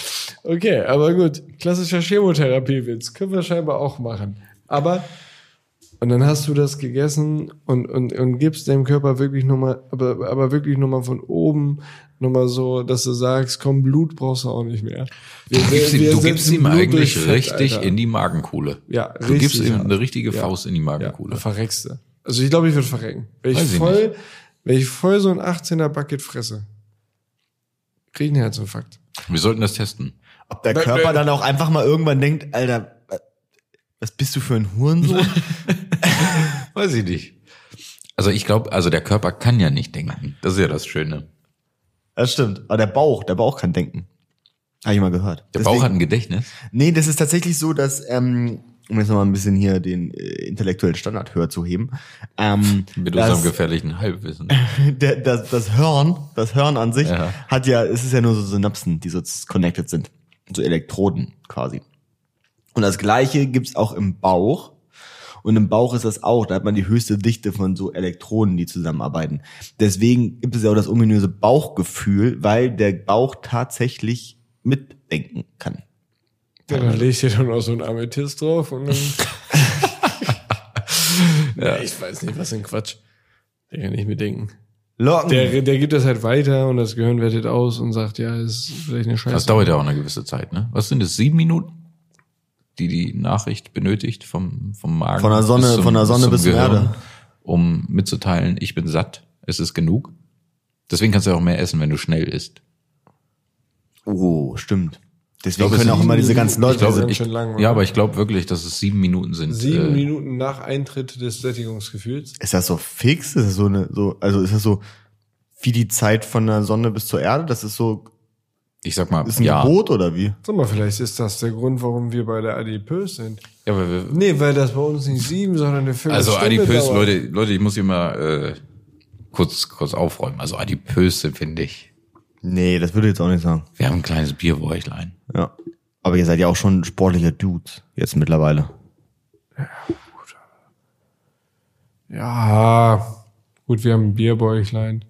Okay, aber gut, klassischer Chemotherapie-Witz, können wir scheinbar auch machen. Aber, und dann hast du das gegessen und, und, und gibst deinem Körper wirklich nochmal, aber, aber wirklich nochmal von oben, nochmal so, dass du sagst, komm, Blut brauchst du auch nicht mehr. Wir, Du gibst ihm, wir du setzen gibst ihm Blut eigentlich durch Fett, richtig Alter. in die Magenkuhle. Ja, du gibst richtig ihm hart. eine richtige Ja. Faust in die Magenkuhle. Ja, verreckst du. Also ich glaube, ich würde verrecken. Wenn ich, Weiß ich voll, wenn ich voll so ein 18er Bucket fresse, krieg ich einen Herzinfarkt. Wir sollten das testen. Ob der Weil- Körper weil- dann auch einfach mal irgendwann denkt, Alter, äh, was bist du für ein [LAUGHS] Hurensohn? Weiß ich nicht. Also ich glaube, also der Körper kann ja nicht denken. Das ist ja das Schöne. das stimmt. Aber der Bauch, der Bauch kann denken. Habe ich mal gehört. Der Deswegen- Bauch hat ein Gedächtnis. Nee, das ist tatsächlich so, dass, ähm, um jetzt nochmal ein bisschen hier den äh, intellektuellen Standard höher zu heben, ähm, [LAUGHS] Mit unserem das, gefährlichen [LAUGHS] Halbwissen. der, das, das Hirn, das Hirn an sich, Ja. hat ja, es ist ja nur so Synapsen, die so connected sind. So Elektroden quasi. Und das gleiche gibt's auch im Bauch. Und im Bauch ist das auch, da hat man die höchste Dichte von so Elektronen, die zusammenarbeiten. Deswegen gibt es ja auch das ominöse Bauchgefühl, weil der Bauch tatsächlich mitdenken kann. Ja, dann leg ich dir dann auch so ein Amethyst drauf und [LAUGHS] dann. ja. Ich weiß nicht, was für ein Quatsch. Der kann nicht mitdenken. Locken. Der, der gibt das halt weiter und das Gehirn wertet aus und sagt, ja, ist vielleicht eine Scheiße. Das dauert ja auch eine gewisse Zeit, ne? Was sind es? Sieben Minuten? Die die Nachricht benötigt vom, vom Magen. Von der Sonne- von der Sonne bis zur Gehirn, Erde. Um mitzuteilen, ich bin satt, es ist genug. Deswegen kannst du ja auch mehr essen, wenn du schnell isst. Oh, stimmt. Deswegen glaube, können es auch sind immer diese sieben ganzen Minuten. Leute. Ich glaube, diese- ich, schon lang, oder? ja, aber ich glaube wirklich, dass es sieben Minuten sind. Sieben äh, Minuten nach Eintritt des Sättigungsgefühls. ist das so fix? Ist das so eine, so, also ist das so wie die Zeit von der Sonne bis zur Erde? Das ist so, Ich sag mal, ist ein ja. Gebot oder wie? Sag mal, vielleicht ist das der Grund, warum wir bei der Adipös sind. ja aber wir, Nee, weil das bei uns nicht sieben, sondern eine Also Viertelstunde adipös, dauert. Leute, Leute, ich muss hier mal äh, kurz, kurz aufräumen. Also adipös sind, finde ich. Nee, das würde ich jetzt auch nicht sagen. Wir haben ein kleines Bierbäuchlein. Ja. Aber ihr seid ja auch schon sportlicher Dudes jetzt mittlerweile. Ja, gut, wir haben ein Bierbäuchlein.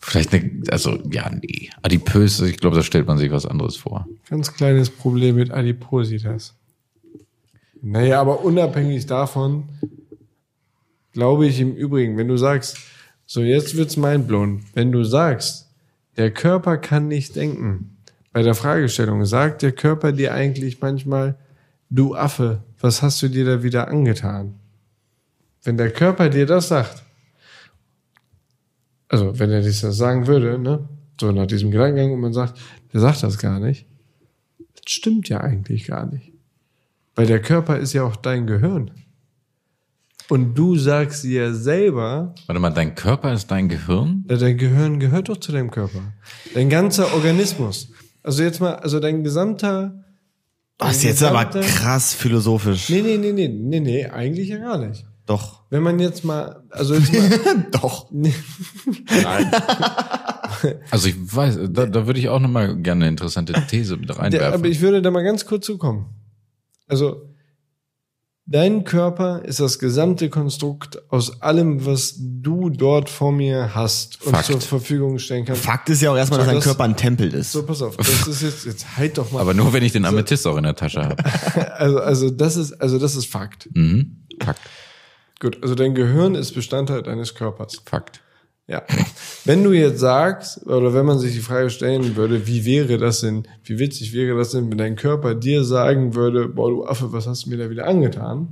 Vielleicht eine, also ja, nee. Adipös, ich glaube, da stellt man sich was anderes vor. Ganz kleines Problem mit Adipositas. Naja, aber unabhängig davon glaube ich im Übrigen, wenn du sagst, so jetzt wird's mindblown, wenn du sagst, der Körper kann nicht denken, bei der Fragestellung sagt der Körper dir eigentlich manchmal, du Affe, was hast du dir da wieder angetan? Wenn der Körper dir das sagt, also wenn er dir das sagen würde, ne, so nach diesem Gedankengang und man sagt, der sagt das gar nicht, das stimmt ja eigentlich gar nicht. Weil der Körper ist ja auch dein Gehirn. Und du sagst dir selber, Warte mal, dein Körper ist dein Gehirn? na, dein Gehirn gehört doch zu deinem Körper. Dein ganzer Organismus. Also jetzt mal, also dein gesamter. Das ist jetzt aber krass philosophisch. Nee, nee, nee, nee, nee, nee, eigentlich ja gar nicht. Doch. Wenn man jetzt mal, also jetzt mal, [LAUGHS] Doch. nee, Also ich weiß, da, da würde ich auch nochmal gerne eine interessante These mit der, reinwerfen. aber ich würde da mal ganz kurz zukommen. Also, dein Körper ist das gesamte Konstrukt aus allem, was du dort vor mir hast und Fakt. zur Verfügung stellen kannst. Fakt ist ja auch erstmal, dass So, dein das- Körper ein Tempel ist. So, pass auf, das ist jetzt, jetzt halt doch mal. aber nur, wenn ich den Amethyst auch in der Tasche habe. also, also das ist, also das ist Fakt. Mhm. Fakt, Gut, also dein Gehirn ist Bestandteil deines Körpers. Fakt. Ja. Wenn du jetzt sagst, oder wenn man sich die Frage stellen würde, wie wäre das denn, wie witzig wäre das denn, wenn dein Körper dir sagen würde, boah, du Affe, was hast du mir da wieder angetan?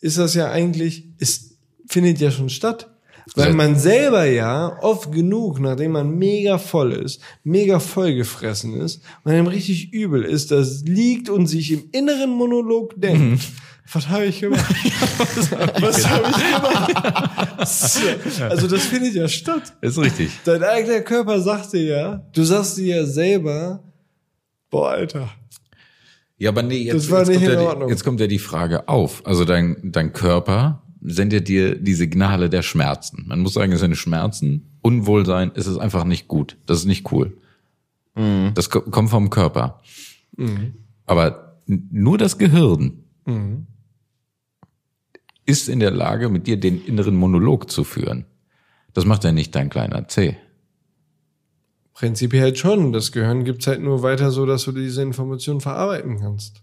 Ist das ja eigentlich, es findet ja schon statt. Weil Seit- man selber ja oft genug, nachdem man mega voll ist, mega vollgefressen ist und einem richtig übel ist, das liegt und sich im inneren Monolog denkt, was habe ich gemacht? [LAUGHS] was habe ich gemacht? also das findet ja statt. Ist richtig. Dein eigener Körper sagt dir ja, du sagst dir ja selber, boah, Alter. Ja, aber nee, jetzt, Das war jetzt, nicht kommt, in ja die, Ordnung. jetzt kommt ja die Frage auf. Also dein, dein Körper sendet dir die Signale der Schmerzen. Man muss sagen, es sind Schmerzen, Unwohlsein, es ist einfach nicht gut. Das ist nicht cool. Mhm. Das ko- kommt vom Körper. Aber n- nur das Gehirn Mhm. ist in der Lage, mit dir den inneren Monolog zu führen. Das macht ja nicht dein kleiner C. Prinzipiell schon. Das Gehirn gibt's halt nur weiter so, dass du diese Information verarbeiten kannst.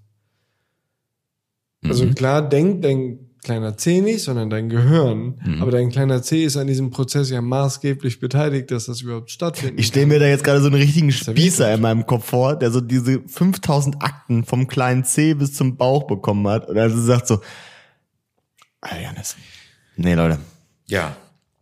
Also klar denkt dein kleiner C nicht, sondern dein Gehirn. Aber dein kleiner C ist an diesem Prozess ja maßgeblich beteiligt, dass das überhaupt stattfindet. Ich stelle mir da jetzt gerade so einen richtigen Spießer in meinem Kopf vor, der so diese 5000 Akten vom kleinen C bis zum Bauch bekommen hat und also sagt so, Alter, Janis. Nee, Leute. Ja.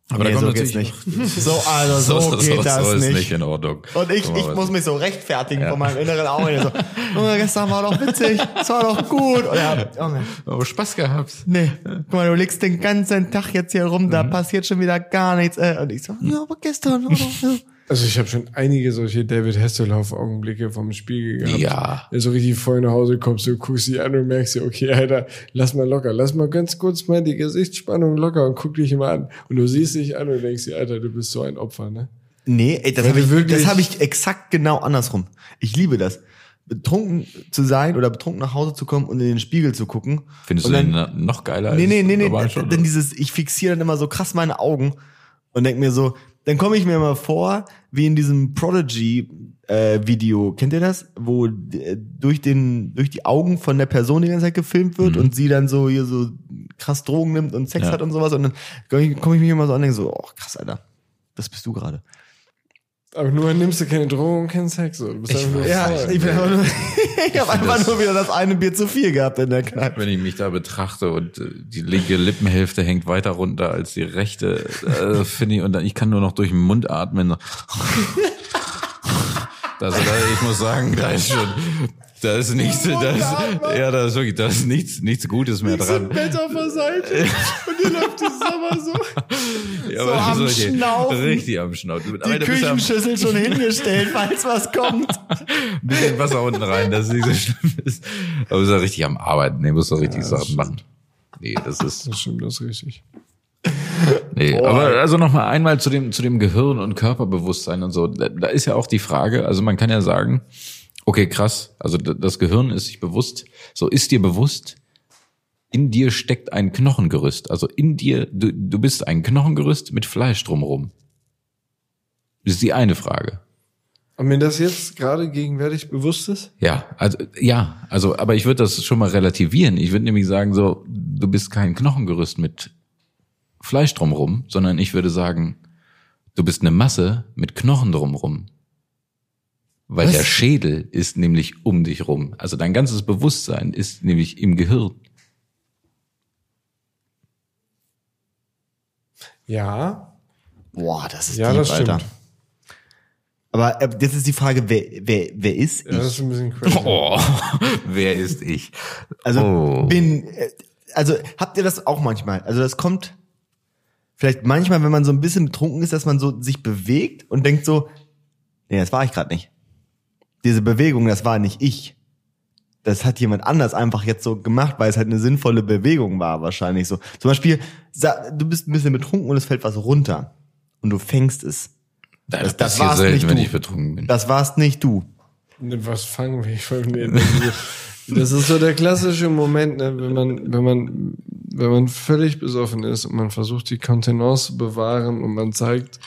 Aber nee, da kommt so natürlich geht's nicht. [LAUGHS] So, also, so, geht [LAUGHS] das so ist nicht. in Ordnung. Und ich, Guck mal, ich was- muss mich so rechtfertigen vor meinem inneren Auge. [LAUGHS] So, Junge, gestern war doch witzig, es war doch gut. Und ja, Junge, Oh, Spaß gehabt. nee, guck mal, du liegst den ganzen Tag jetzt hier rum, da passiert schon wieder gar nichts. äh. Und ich so, ja, aber gestern. oh, ja. Also ich habe schon einige solche David Hasselhoff-Augenblicke vom Spiegel gehabt. Ja. Der so richtig voll nach Hause kommst, du guckst dich an und merkst dir, okay, Alter, lass mal locker, lass mal ganz kurz mal die Gesichtsspannung locker und guck dich immer an. Und du siehst dich an und denkst dir, Alter, du bist so ein Opfer, ne? [LAUGHS] Nee, ey, das Wenn habe du ich, wirklich- das hab ich exakt genau andersrum. Ich liebe das. Betrunken zu sein oder betrunken nach Hause zu kommen und in den Spiegel zu gucken. Findest und du dann, den na- noch geiler Nee, nee, als nee, nee. normalen Denn Stunden? denn dieses, ich fixiere dann immer so krass meine Augen und denk mir so, dann komme ich mir immer vor, wie in diesem Prodigy-Video, kennt ihr das? Wo äh, durch, den, durch die Augen von der Person die ganze Zeit gefilmt wird und sie dann so hier so krass Drogen nimmt und Sex Ja. hat und sowas. Und dann komme ich, komm ich mich immer so an und denke so, oh krass, Alter, das bist du gerade. Aber nur nimmst du keine Drogen und keinen Sex. So. Du bist einfach nur Ja, voll. ich, bin einfach nur, [LAUGHS] ich habe einfach nur wieder das eine Bier zu viel gehabt in der Kneipe. wenn ich mich da betrachte und äh, die linke Lippenhälfte hängt weiter runter als die rechte, [LAUGHS] äh, finde ich, und dann, ich kann nur noch durch den Mund atmen. [LAUGHS] Also da, ich muss sagen, da ist schon, da ist nichts, da ist, ja, da ist wirklich, da ist nichts, nichts Gutes mehr Liegst im dran. Bett auf der Seite und dir läuft das Sommer so. Ja, so am Schnaufen. Richtig am Schnaufen. Die Küchenschüssel [LAUGHS] schon hingestellt, falls was kommt. ein bisschen Wasser unten rein, dass es nicht so schlimm ist. Aber du bist ja richtig am Arbeiten, nee, musst du richtig Sachen machen. Nee, das ist, Das stimmt, das ist richtig. Nee, aber also nochmal einmal zu dem, zu dem Gehirn und Körperbewusstsein und so. Da, da ist ja auch die Frage, also man kann ja sagen, okay, krass, also d- das Gehirn ist sich bewusst, so ist dir bewusst, in dir steckt ein Knochengerüst. Also in dir, du, du bist ein Knochengerüst mit Fleisch drumrum. Das ist die eine Frage. Und mir das jetzt gerade gegenwärtig bewusst ist, Ja, also ja, also aber ich würde das schon mal relativieren. Ich würde nämlich sagen so, du bist kein Knochengerüst mit Fleisch drumrum, sondern ich würde sagen, du bist eine Masse mit Knochen drumrum. Weil Was? der Schädel ist nämlich um dich rum. Also dein ganzes Bewusstsein ist nämlich im Gehirn. ja, [LAUGHS] Boah, das ist Ja, deep, das stimmt. Alter. Aber äh, jetzt ist die Frage, wer, wer, wer ist ja, das ich? ist ein bisschen crazy. Oh, [LAUGHS] wer ist ich? Also oh. bin, äh, also habt ihr das auch manchmal? Also das kommt vielleicht manchmal, wenn man so ein bisschen betrunken ist, dass man so sich bewegt und denkt so, nee, das war ich gerade nicht. Diese Bewegung, das war nicht ich. Das hat jemand anders einfach jetzt so gemacht, weil es halt eine sinnvolle Bewegung war wahrscheinlich so. Zum Beispiel, sa- du bist ein bisschen betrunken und es fällt was runter und du fängst es. Das- das passiert war's nicht wenn du. ich betrunken bin. Das warst nicht du. Ne, Was fangen wir? Ich wollte mir [LAUGHS] das ist so der klassische Moment, ne, wenn man, wenn man, wenn man völlig besoffen ist und man versucht, die Kontenance zu bewahren und man zeigt,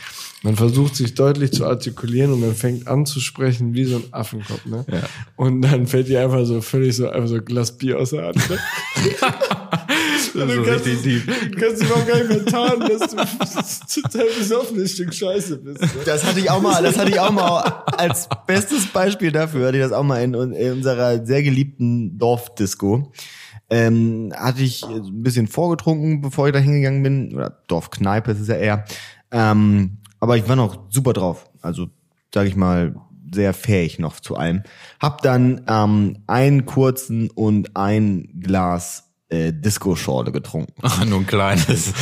man versucht, sich deutlich zu artikulieren und man fängt an zu sprechen wie so ein Affenkopf, ne? Ja. Und dann fällt dir einfach so völlig so, einfach so ein Glas Bier aus der Hand, ne? Das ist du kannst richtig tief. Du kannst dich überhaupt gar nicht mehr tarnen, dass du [LAUGHS] total besoffenes Stück Scheiße bist. Ne? Das hatte ich auch mal, das hatte ich auch mal als bestes Beispiel dafür, hatte ich das auch mal in, in unserer sehr geliebten Dorfdisco. Ähm, hatte ich ein bisschen vorgetrunken, bevor ich da hingegangen bin, oder Dorfkneipe ist es ja eher. Ähm, aber ich war noch super drauf, also sage ich mal sehr fähig noch zu allem. Hab dann ähm, einen kurzen und ein Glas äh, Disco-Schorle getrunken. Ach, nur ein kleines.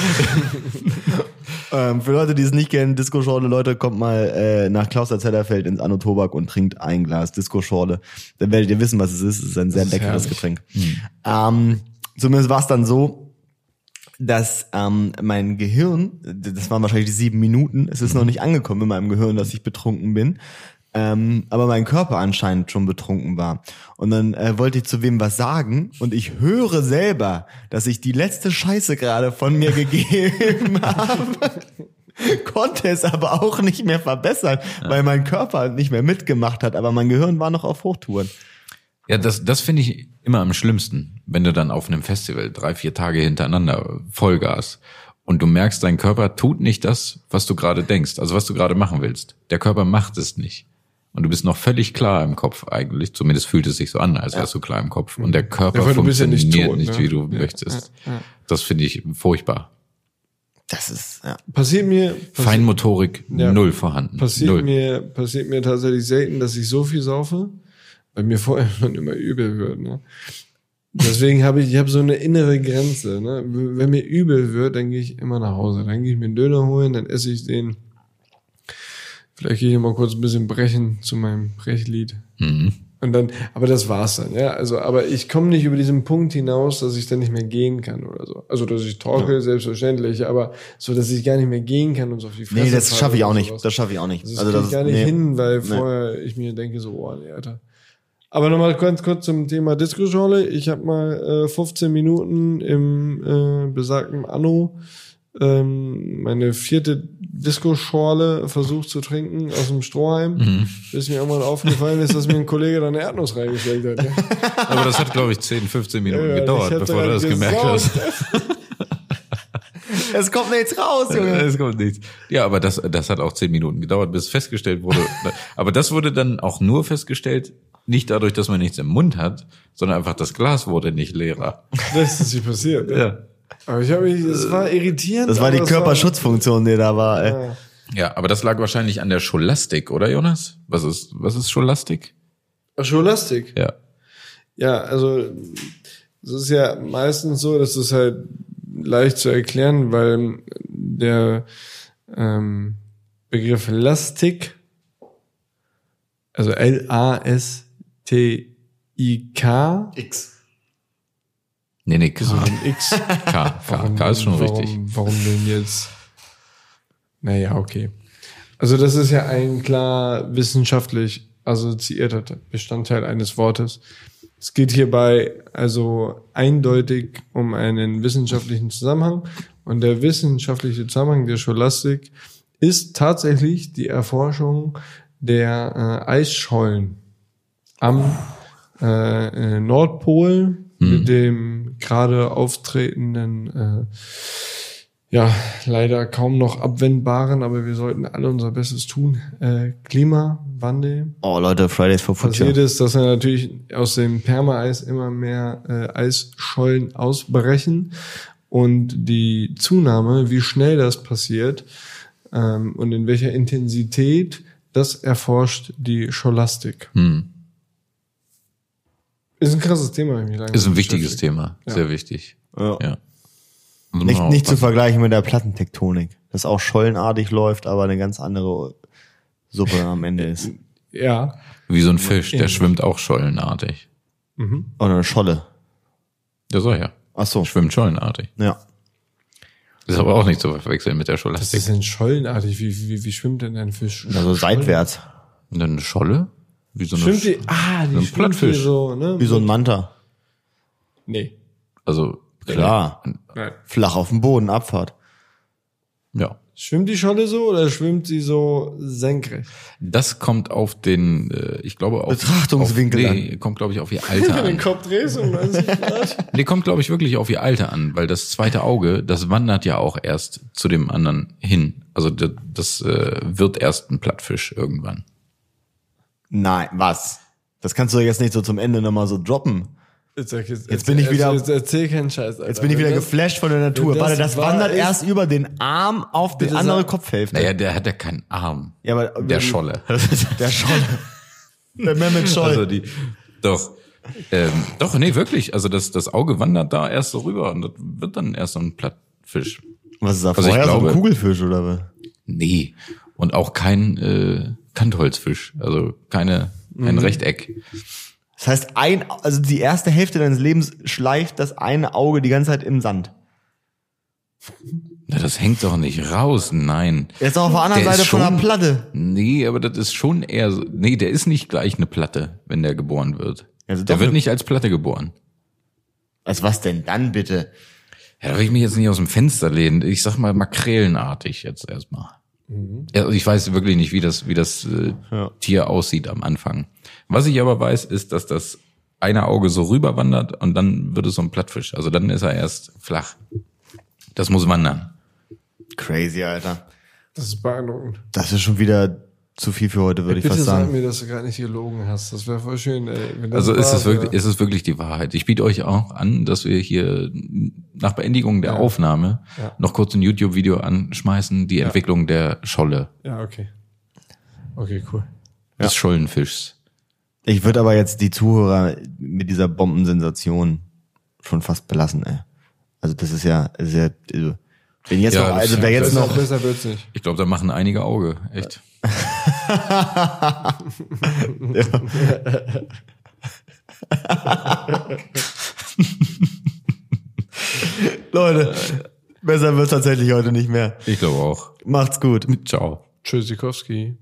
Ähm, für Leute, die es nicht kennen, Disco-Schorle, Leute, kommt mal äh, nach Klauster Zellerfeld ins Anno Tobak und trinkt ein Glas Disco-Schorle. Dann werdet ihr wissen, was es ist. Es ist ein sehr ist leckeres herrlich. Hm. Getränk. Ähm, zumindest war es dann so, dass ähm, mein Gehirn, das waren wahrscheinlich die sieben Minuten, es ist noch nicht angekommen in meinem Gehirn, dass ich betrunken bin. Ähm, aber mein Körper anscheinend schon betrunken war. Und dann äh, wollte ich zu wem was sagen und ich höre selber, dass ich die letzte Scheiße gerade von mir [LAUGHS] gegeben habe konnte es aber auch nicht mehr verbessern, weil mein Körper nicht mehr mitgemacht hat, aber mein Gehirn war noch auf Hochtouren. Ja, das, das finde ich immer am schlimmsten, wenn du dann auf einem Festival drei, vier Tage hintereinander Vollgas und du merkst, dein Körper tut nicht das, was du gerade denkst, also was du gerade machen willst. Der Körper macht es nicht. Und du bist noch völlig klar im Kopf eigentlich, zumindest fühlt es sich so an, als wärst du klar im Kopf. Und der Körper Mhm. Ja, weil du bist ja funktioniert nicht nicht, tot, ne? wie du möchtest. Das finde ich furchtbar. Das ist, ja. Passiert mir, passi Feinmotorik Ja. null vorhanden. passiert null. mir, passiert mir tatsächlich selten, dass ich so viel saufe, weil mir vorher [LAUGHS] schon immer übel wird, ne? Deswegen habe ich, ich habe so eine innere Grenze, ne? Wenn mir übel wird, dann gehe ich immer nach Hause. Dann gehe ich mir einen Döner holen, dann esse ich den. Vielleicht gehe ich mal kurz ein bisschen brechen zu meinem Brechlied. Mhm. Und dann, aber das war's dann, ja. Also, aber ich komme nicht über diesen Punkt hinaus, dass ich dann nicht mehr gehen kann oder so. Also, dass ich torkel, selbstverständlich, aber so, dass ich gar nicht mehr gehen kann und so auf die Fresse Nee, das falle schaffe ich oder auch nicht. sowas. Das schaffe ich auch nicht. Also, das Also, krieg das ich gar nicht nee. hin, weil vorher ich mir denke so, oh, nee, Alter. Aber nochmal ganz kurz zum Thema Disco-Schorle. Ich habe mal äh, 15 Minuten im äh, besagten Anno ähm, meine vierte Disco-Schorle versucht zu trinken aus dem Strohhalm, Mhm. bis mir irgendwann aufgefallen ist, dass mir ein Kollege da eine Erdnuss reingestellt [LAUGHS] hat. Ja. Aber das hat, glaube ich, 10, 15 Minuten Ja, ich gedauert, hab bevor du daran das gemerkt gesaugt. hast. Es kommt nichts raus, Junge. Es kommt nichts. Ja, aber das, das hat auch zehn Minuten gedauert, bis festgestellt wurde. aber das wurde dann auch nur festgestellt, nicht dadurch, dass man nichts im Mund hat, sondern einfach das Glas wurde nicht leerer. [LAUGHS] Das ist nicht passiert. ne? Ja. Aber ich habe mich, es war irritierend. Das war die aber es Körperschutzfunktion, die da war, ey. Ja, aber das lag wahrscheinlich an der Scholastik, oder Jonas? Was ist, was ist Scholastik? War, Scholastik. Ja. Ja, also es ist ja meistens so, dass es halt leicht zu erklären, weil der ähm, Begriff Lastik, also L-A-S-T-I-K, X. Nee, nee, K. so ein X. K, K, K ist schon warum, richtig. Warum denn jetzt? Naja, okay. Also das ist ja ein klar wissenschaftlich assoziierter Bestandteil eines Wortes. Es geht hierbei also eindeutig um einen wissenschaftlichen Zusammenhang. Und der wissenschaftliche Zusammenhang der Scholastik ist tatsächlich die Erforschung der äh, Eisschollen am äh, äh, Nordpol mit dem gerade auftretenden, äh, ja, leider kaum noch abwendbaren, aber wir sollten alle unser Bestes tun, äh, Klimawandel Oh, Leute, Fridays for Future. passiert ist, dass er natürlich aus dem Permaeis immer mehr äh, Eisschollen ausbrechen und die Zunahme, wie schnell das passiert ähm, und in welcher Intensität, das erforscht die Scholastik. Hm. Ist ein krasses Thema. hab ich mich lange Ist ein mit wichtiges beschäftigt. Thema. Sehr wichtig. Ja. Ja. genau. Und Nicht, mal nicht zu aufpassen. vergleichen mit der Plattentektonik. Das auch schollenartig läuft, aber eine ganz andere Suppe am [LAUGHS] Ende ist. Ja. Wie so ein Fisch, der schwimmt auch schollenartig. Oder eine Scholle. Ja, sag ich ja. Ach so. Schwimmt schollenartig. Ja. Ist aber auch nicht zu verwechseln mit der Scholastik. Was ist denn schollenartig? Wie, wie, wie schwimmt denn ein Fisch? Also seitwärts. Und dann eine Scholle? Wie so eine Schwimmt die? Sch- Ah, die ein schwimmt hier Plattfisch. so, ne? Wie so ein Manta. nee. Also Klar. Nein. Flach auf dem Boden, Abfahrt. Ja. Schwimmt die Scholle so oder schwimmt sie so senkrecht? Das kommt auf den, äh, ich glaube, auf Betrachtungswinkel auf, nee, kommt glaube ich auf ihr Alter an. Kopf drehst um 90 Grad. Nee, kommt glaube ich wirklich auf ihr Alter an, weil das zweite Auge, das wandert ja auch erst zu dem anderen hin. Also das, das äh, wird erst ein Plattfisch irgendwann. Nein, was? Das kannst du doch jetzt nicht so zum Ende nochmal so droppen. [LAUGHS] Jetzt, sag ich- jetzt, bin ich wieder- Jetzt, erzähl keinen Scheiß. Alter. Jetzt bin ich wieder Wenn das- geflasht von der Natur. wenn das Warte, das wahr wandert ist- erst über den Arm auf die Bitte andere sag- Kopfhälfte. Naja, der hat ja keinen Arm. Ja, aber- äh, der Scholle. Der [LAUGHS] Scholle. der Mehmet Scholl. Also die, doch. Ähm, doch, nee, wirklich. Also das, das Auge wandert da erst so rüber und das wird dann erst so ein Plattfisch. was ist da also ich vorher? so glaube- ein Kugelfisch oder was? Nee. Und auch kein äh, Kantholzfisch. Also keine, Mhm. kein Rechteck. Das heißt, ein, also die erste Hälfte deines Lebens schleift das eine Auge die ganze Zeit im Sand. Na, das hängt doch nicht raus, nein. Jetzt auch auf der anderen Der ist Seite von der schon- Platte. Nee, aber das ist schon eher so. Nee, der ist nicht gleich eine Platte, wenn der geboren wird. Also doch der wird eine- nicht als Platte geboren. Also was denn dann bitte? Ja, da will ich mich jetzt nicht aus dem Fenster lehnen. Ich sag mal makrelenartig jetzt erstmal. Mhm. Ja, also ich weiß wirklich nicht, wie das, wie das äh, Ja. Tier aussieht am Anfang. Was ich aber weiß, ist, dass das eine Auge so rüberwandert und dann wird es so ein Plattfisch. Also dann ist er erst flach. Das muss wandern. Crazy, Alter. Das ist beeindruckend. Das ist schon wieder zu viel für heute, würde ich Bitte fast sag sagen. mir, dass du gar nicht gelogen hast. Das wäre voll schön, ey. Wenn das Also ist wahr es wirklich, wäre. ist es wirklich die Wahrheit. Ich biete euch auch an, dass wir hier nach Beendigung der Aufnahme Ja. noch kurz ein YouTube-Video anschmeißen, die Entwicklung der Scholle, Ja, okay. Okay, cool. des Schollenfischs. Ich würde aber jetzt die Zuhörer mit dieser Bombensensation schon fast belassen, ey. Also das ist ja sehr. Also, wenn jetzt Ja, noch, das- also wer jetzt das- Besser, noch. besser wird's nicht. Ich glaube, da machen einige Auge, echt. Leute, besser wird's tatsächlich heute nicht mehr. Ich glaube auch. Macht's gut. Ciao. Tschüssikowski.